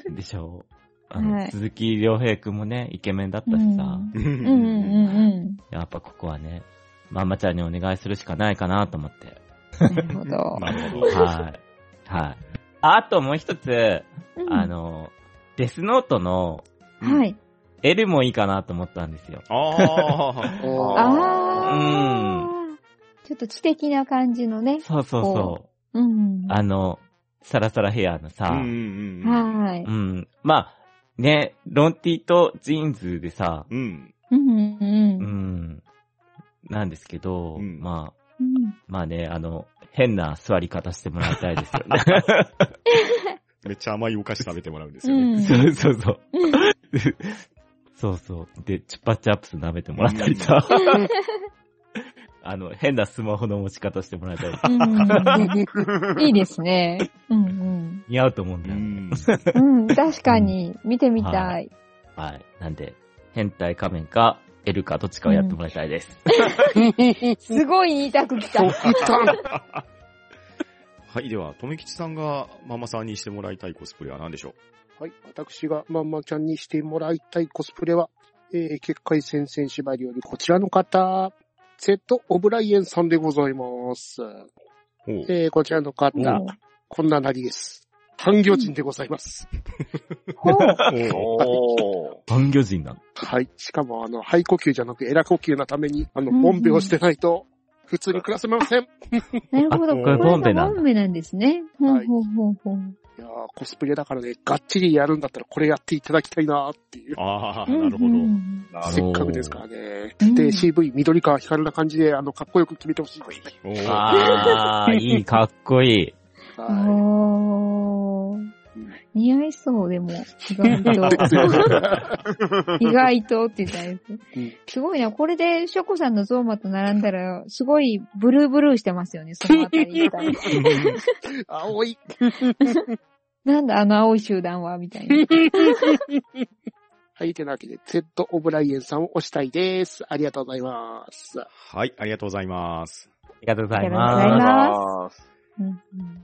Speaker 1: でしょう。あの
Speaker 4: はい
Speaker 1: 鈴木亮平くんもね、イケメンだったし
Speaker 4: う
Speaker 1: さ、
Speaker 3: う
Speaker 4: んうんうん
Speaker 3: ん
Speaker 4: うん
Speaker 1: やっぱここはね、まんまちゃんにお願いするしかないかなと思って。
Speaker 4: うん。なるほど。
Speaker 3: なるほど。
Speaker 1: はい。はい。あともう一つ、
Speaker 4: うん
Speaker 1: あ、の、デスノートの
Speaker 4: はい。
Speaker 1: エルもいいかなと思ったんですよ。
Speaker 3: あー。
Speaker 4: あー。ちょっと知的な感じのね。
Speaker 1: そうそうそ
Speaker 4: うん。
Speaker 1: う。あの、サラサラヘアのさ、。
Speaker 3: うんうんうん。
Speaker 4: はいう
Speaker 1: ん。まあ、ね、ロンティとジーンズでさ、
Speaker 3: うん。
Speaker 4: うんうん
Speaker 1: うん。なんですけど、
Speaker 3: うん
Speaker 1: ま
Speaker 4: うん。うん。
Speaker 1: まあね、あの、変な座り方してもらいたいです よね。
Speaker 3: めっちゃ甘いお菓子食べてもらうんですよ
Speaker 4: う
Speaker 3: ね。
Speaker 4: ん。
Speaker 1: そうそうそう。
Speaker 4: うん
Speaker 1: そうそう。で、チュッパチャップス舐めてもらったりさ。 あの、変なスマホの持ち方してもらいたいです。
Speaker 4: いいですね。うん
Speaker 1: 似合うと思うんだ
Speaker 3: う
Speaker 1: よね。
Speaker 3: ん。
Speaker 4: うん。うん、確かに、見てみたい。
Speaker 1: はい。なんで、変態仮面か、L かどっちかをやってもらいたいです。
Speaker 4: すごい言いたく来た。
Speaker 3: はい、では、とめきちさんがママさんにしてもらいたいコスプレは何でしょ
Speaker 5: はい。私がまんまちゃんにしてもらいたいコスプレは、えー、結界戦線縛りよりこちらの方、セット・オブライエンさんでございます。
Speaker 3: うおう
Speaker 5: えー、こちらの方、こんななりです。半魚人でございます。
Speaker 4: ほう。
Speaker 2: おー。
Speaker 1: 半魚人なの。
Speaker 5: はい。しかも、あの、肺呼吸じゃなく、エラ呼吸のために、あの、
Speaker 4: うん
Speaker 5: ボンベをしてないと、普通に暮らせません。
Speaker 4: なるほど。
Speaker 3: あこ
Speaker 4: こ
Speaker 3: れ
Speaker 4: れ
Speaker 1: ボンベなん
Speaker 4: が
Speaker 1: だ
Speaker 4: ボンベなんですね。ほ
Speaker 5: は
Speaker 4: う
Speaker 5: い
Speaker 4: ほうほうほう。
Speaker 5: いやーコスプレだからね、がっちりやるんだったらこれやっていただきたいなーっていう。
Speaker 3: ああ、
Speaker 4: うん
Speaker 3: なるほ
Speaker 4: う
Speaker 3: ど。
Speaker 4: ん
Speaker 2: なる
Speaker 5: せ
Speaker 2: ほ
Speaker 5: っかくですからね。
Speaker 4: うん
Speaker 5: で、CV、緑川光な感じで、あの、かっこよく決めてほしいですね。
Speaker 3: おう
Speaker 1: あー、いい、かっこいい。
Speaker 5: は
Speaker 4: おー似合いそう、でも。意外
Speaker 5: い。ですよ
Speaker 4: と。
Speaker 5: ね。
Speaker 4: 意外とって言ったや
Speaker 5: うん
Speaker 4: つ。すごいな。これで、ショコさんのゾーマと並んだら、すごいブルーブルーしてますよね、そのあたりみたいな。
Speaker 5: 青い。
Speaker 4: なんだ、あの青い集団は、みたいな。
Speaker 5: はい、てなわけで、Z オブライエンさんを押したいです。ありがとうございます。
Speaker 3: はい、ありがとうございます。
Speaker 1: ありがとうござい
Speaker 4: ありがとうござい
Speaker 1: ま
Speaker 2: ます。
Speaker 4: うんうん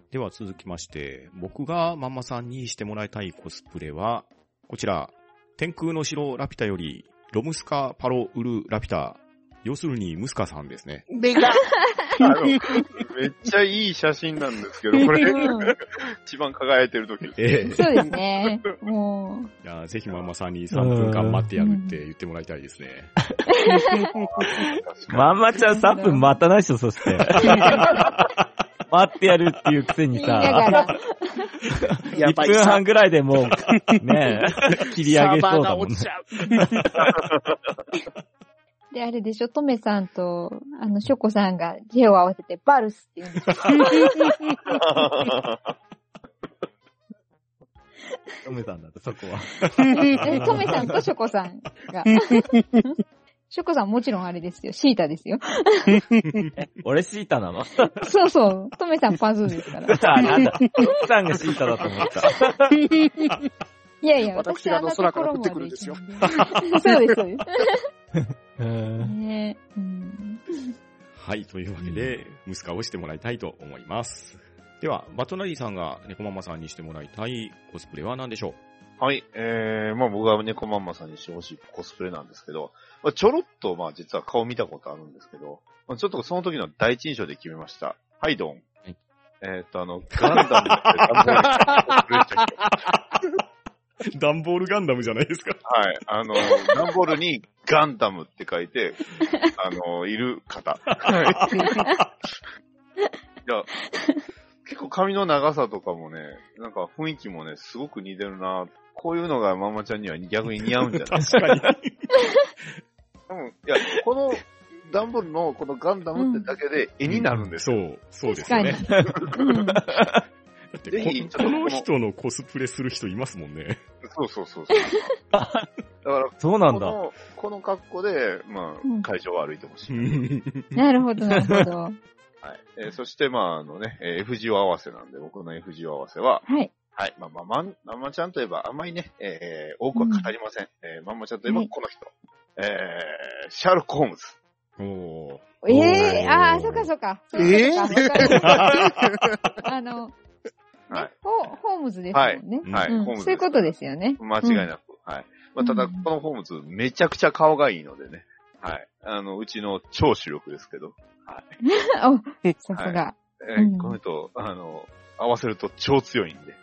Speaker 3: では続きまして、僕がママさんにしてもらいたいコスプレは、こちら、天空の城ラピュタより、ロムスカパロウルラピュタ、要するにムスカさんですね。
Speaker 5: で が、
Speaker 2: あの、めっちゃいい写真なんですけど、こ れ、一番輝いてる時です。
Speaker 3: え
Speaker 4: そうですね。もう。
Speaker 3: いやぜひママさんに3分間待ってやるって言ってもらいたいですね。
Speaker 1: す。まんまちゃん3分待たないでしょ、そして。待ってやるっていうくせに
Speaker 4: 言いな
Speaker 1: さ、
Speaker 4: がら。
Speaker 5: や
Speaker 1: 1
Speaker 5: ばい。
Speaker 1: 分半ぐらいでもう、ねえ、切り上げ
Speaker 5: サー
Speaker 1: そ
Speaker 5: バー
Speaker 1: うだ
Speaker 5: が
Speaker 1: もん
Speaker 5: 落
Speaker 1: ね
Speaker 5: ち。ちゃう。
Speaker 4: で、あれでしょ、トメさんと、あの、ショコさんが手を合わせて、バルスって言うんでしょ。
Speaker 1: トメさんだと、そこは。
Speaker 4: え トメさんとショコさんが。ショコさんもちろんあれですよ。シータですよ。
Speaker 1: 俺シータなの
Speaker 4: そうそう。トメさんパズーですから。
Speaker 1: あ、なんだ。奥さんがシータだと思った。
Speaker 4: いやいや、
Speaker 5: 私
Speaker 4: 私
Speaker 5: が
Speaker 4: は
Speaker 5: あの空から降ってくるんですよ
Speaker 4: あなた衣まで行くんでそうです、そう
Speaker 1: うー
Speaker 4: です。
Speaker 1: ん
Speaker 4: ねうん
Speaker 3: はい、というわけで、ムスカをしてもらいたいと思います。では、バトナリーさんが猫ママさんにしてもらいたいコスプレは何でしょう
Speaker 2: はい、えー、まあ僕は猫マンマさんにしてほしいコスプレなんですけど、まあ、ちょろっと、まあ実は顔見たことあるんですけど、まあ、ちょっとその時の第一印象で決めました。ハイドン。
Speaker 1: はい
Speaker 2: えーっと、あの、ガンダムでガンダムでコスプレした人
Speaker 3: ダンボールガンダムじゃないですか。
Speaker 2: はい。あの、ダンボールにガンダムって書い て、あの、いる方。 いや、結構髪の長さとかもね、なんか雰囲気もね、すごく似てるなこういうのがママちゃんには逆に似合うんじゃない
Speaker 3: 確かに。
Speaker 2: うん。いや、この、ダンボールのこのガンダムってだけで絵になるんです
Speaker 3: そ
Speaker 2: よ。
Speaker 3: う、そうです
Speaker 4: 確
Speaker 3: よ
Speaker 4: かに。
Speaker 3: ね。
Speaker 4: うん
Speaker 3: だって
Speaker 2: ぜひ
Speaker 3: こ、この人のコスプレする人いますもんね。
Speaker 2: そうそうそうそう。だから、
Speaker 1: そうな
Speaker 2: こ
Speaker 1: んだ。
Speaker 2: の、この格好で、ま
Speaker 4: うん
Speaker 2: あ、会場を歩いてほしい。
Speaker 4: なるほど、なるほど。
Speaker 2: はい。えーそして、まあ、あのね、えー FGO 合わせなんで、僕の FGO 合わせは、
Speaker 4: はい。
Speaker 2: はい。まあ、まあ、まん、まんまちゃんといえば、あんまりね、えー、多くは語りません。えー、まんまちゃんといえば、この人。えー、シャーロック・ホームズ。
Speaker 3: おー
Speaker 4: ええ
Speaker 3: おー
Speaker 4: ああ、そっかそっか。そっか
Speaker 5: え
Speaker 4: そっかわかるあの、ね
Speaker 2: はい
Speaker 4: ホホームズですもんね。
Speaker 2: はい、
Speaker 4: うん
Speaker 2: ホームズ。
Speaker 4: そういうことですよね。
Speaker 2: 間違いなく。はい。まあ、ただ、
Speaker 4: うん
Speaker 2: このホームズ、めちゃくちゃ顔がいいのでね。はい。あの、うちの超主力ですけど。
Speaker 4: お、さすが。
Speaker 2: えー
Speaker 4: うん
Speaker 2: この人、あの、合わせると超強いんで。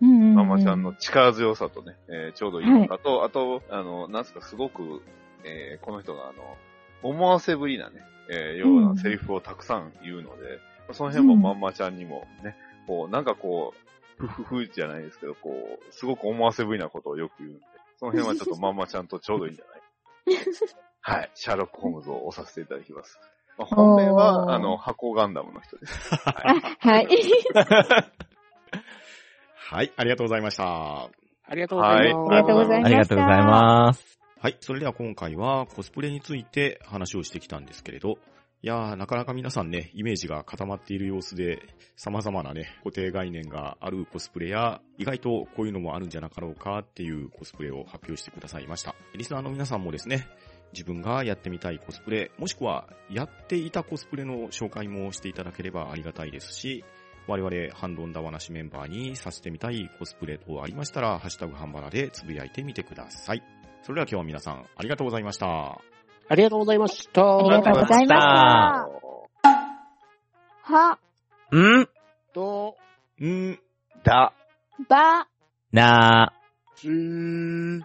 Speaker 4: マ
Speaker 2: ママちゃんの力強さとね、えーちょうどいいのかと、あと、あの、なんすか、すごく、えーこの人が、あの、思わせぶりなね、えーよう
Speaker 4: う
Speaker 2: なんセリフをたくさん言うので、その辺も
Speaker 4: うん
Speaker 2: まんまちゃんにもね、こう、なんかこう、ふふふじゃないですけど、こう、すごく思わせぶりなことをよく言うんで、その辺 はちょっとまんまちゃんとちょうどいいんじゃないはい、シャーロック・ホームズを押させていただきます。まあ本命
Speaker 4: おー
Speaker 2: は、あの、箱ガンダムの人です。
Speaker 4: はい。
Speaker 3: はい、ありがとうございました。は
Speaker 5: ありがとうございます。
Speaker 2: はいありがとうござい
Speaker 1: ありがとうございます。
Speaker 3: い、それでは今回はコスプレについて話をしてきたんですけれど、いやー、なかなか皆さんね、イメージが固まっている様子で、様々なね、固定概念があるコスプレや、意外とこういうのもあるんじゃなかろうかっていうコスプレを発表してくださいました。リスナーの皆さんもですね、自分がやってみたいコスプレ、もしくはやっていたコスプレの紹介もしていただければありがたいですし、我々、反論だ話メンバーにさせてみたいコスプレ等ありましたら、ハッシュタグハンバラでつぶやいてみてください。それでは今日は皆さん、ありがとうございました。
Speaker 5: ありがとうございました。
Speaker 4: ありがとうございました。は、
Speaker 1: ん
Speaker 5: と、
Speaker 3: んー、
Speaker 2: だ。
Speaker 4: ば、
Speaker 1: な
Speaker 5: じー。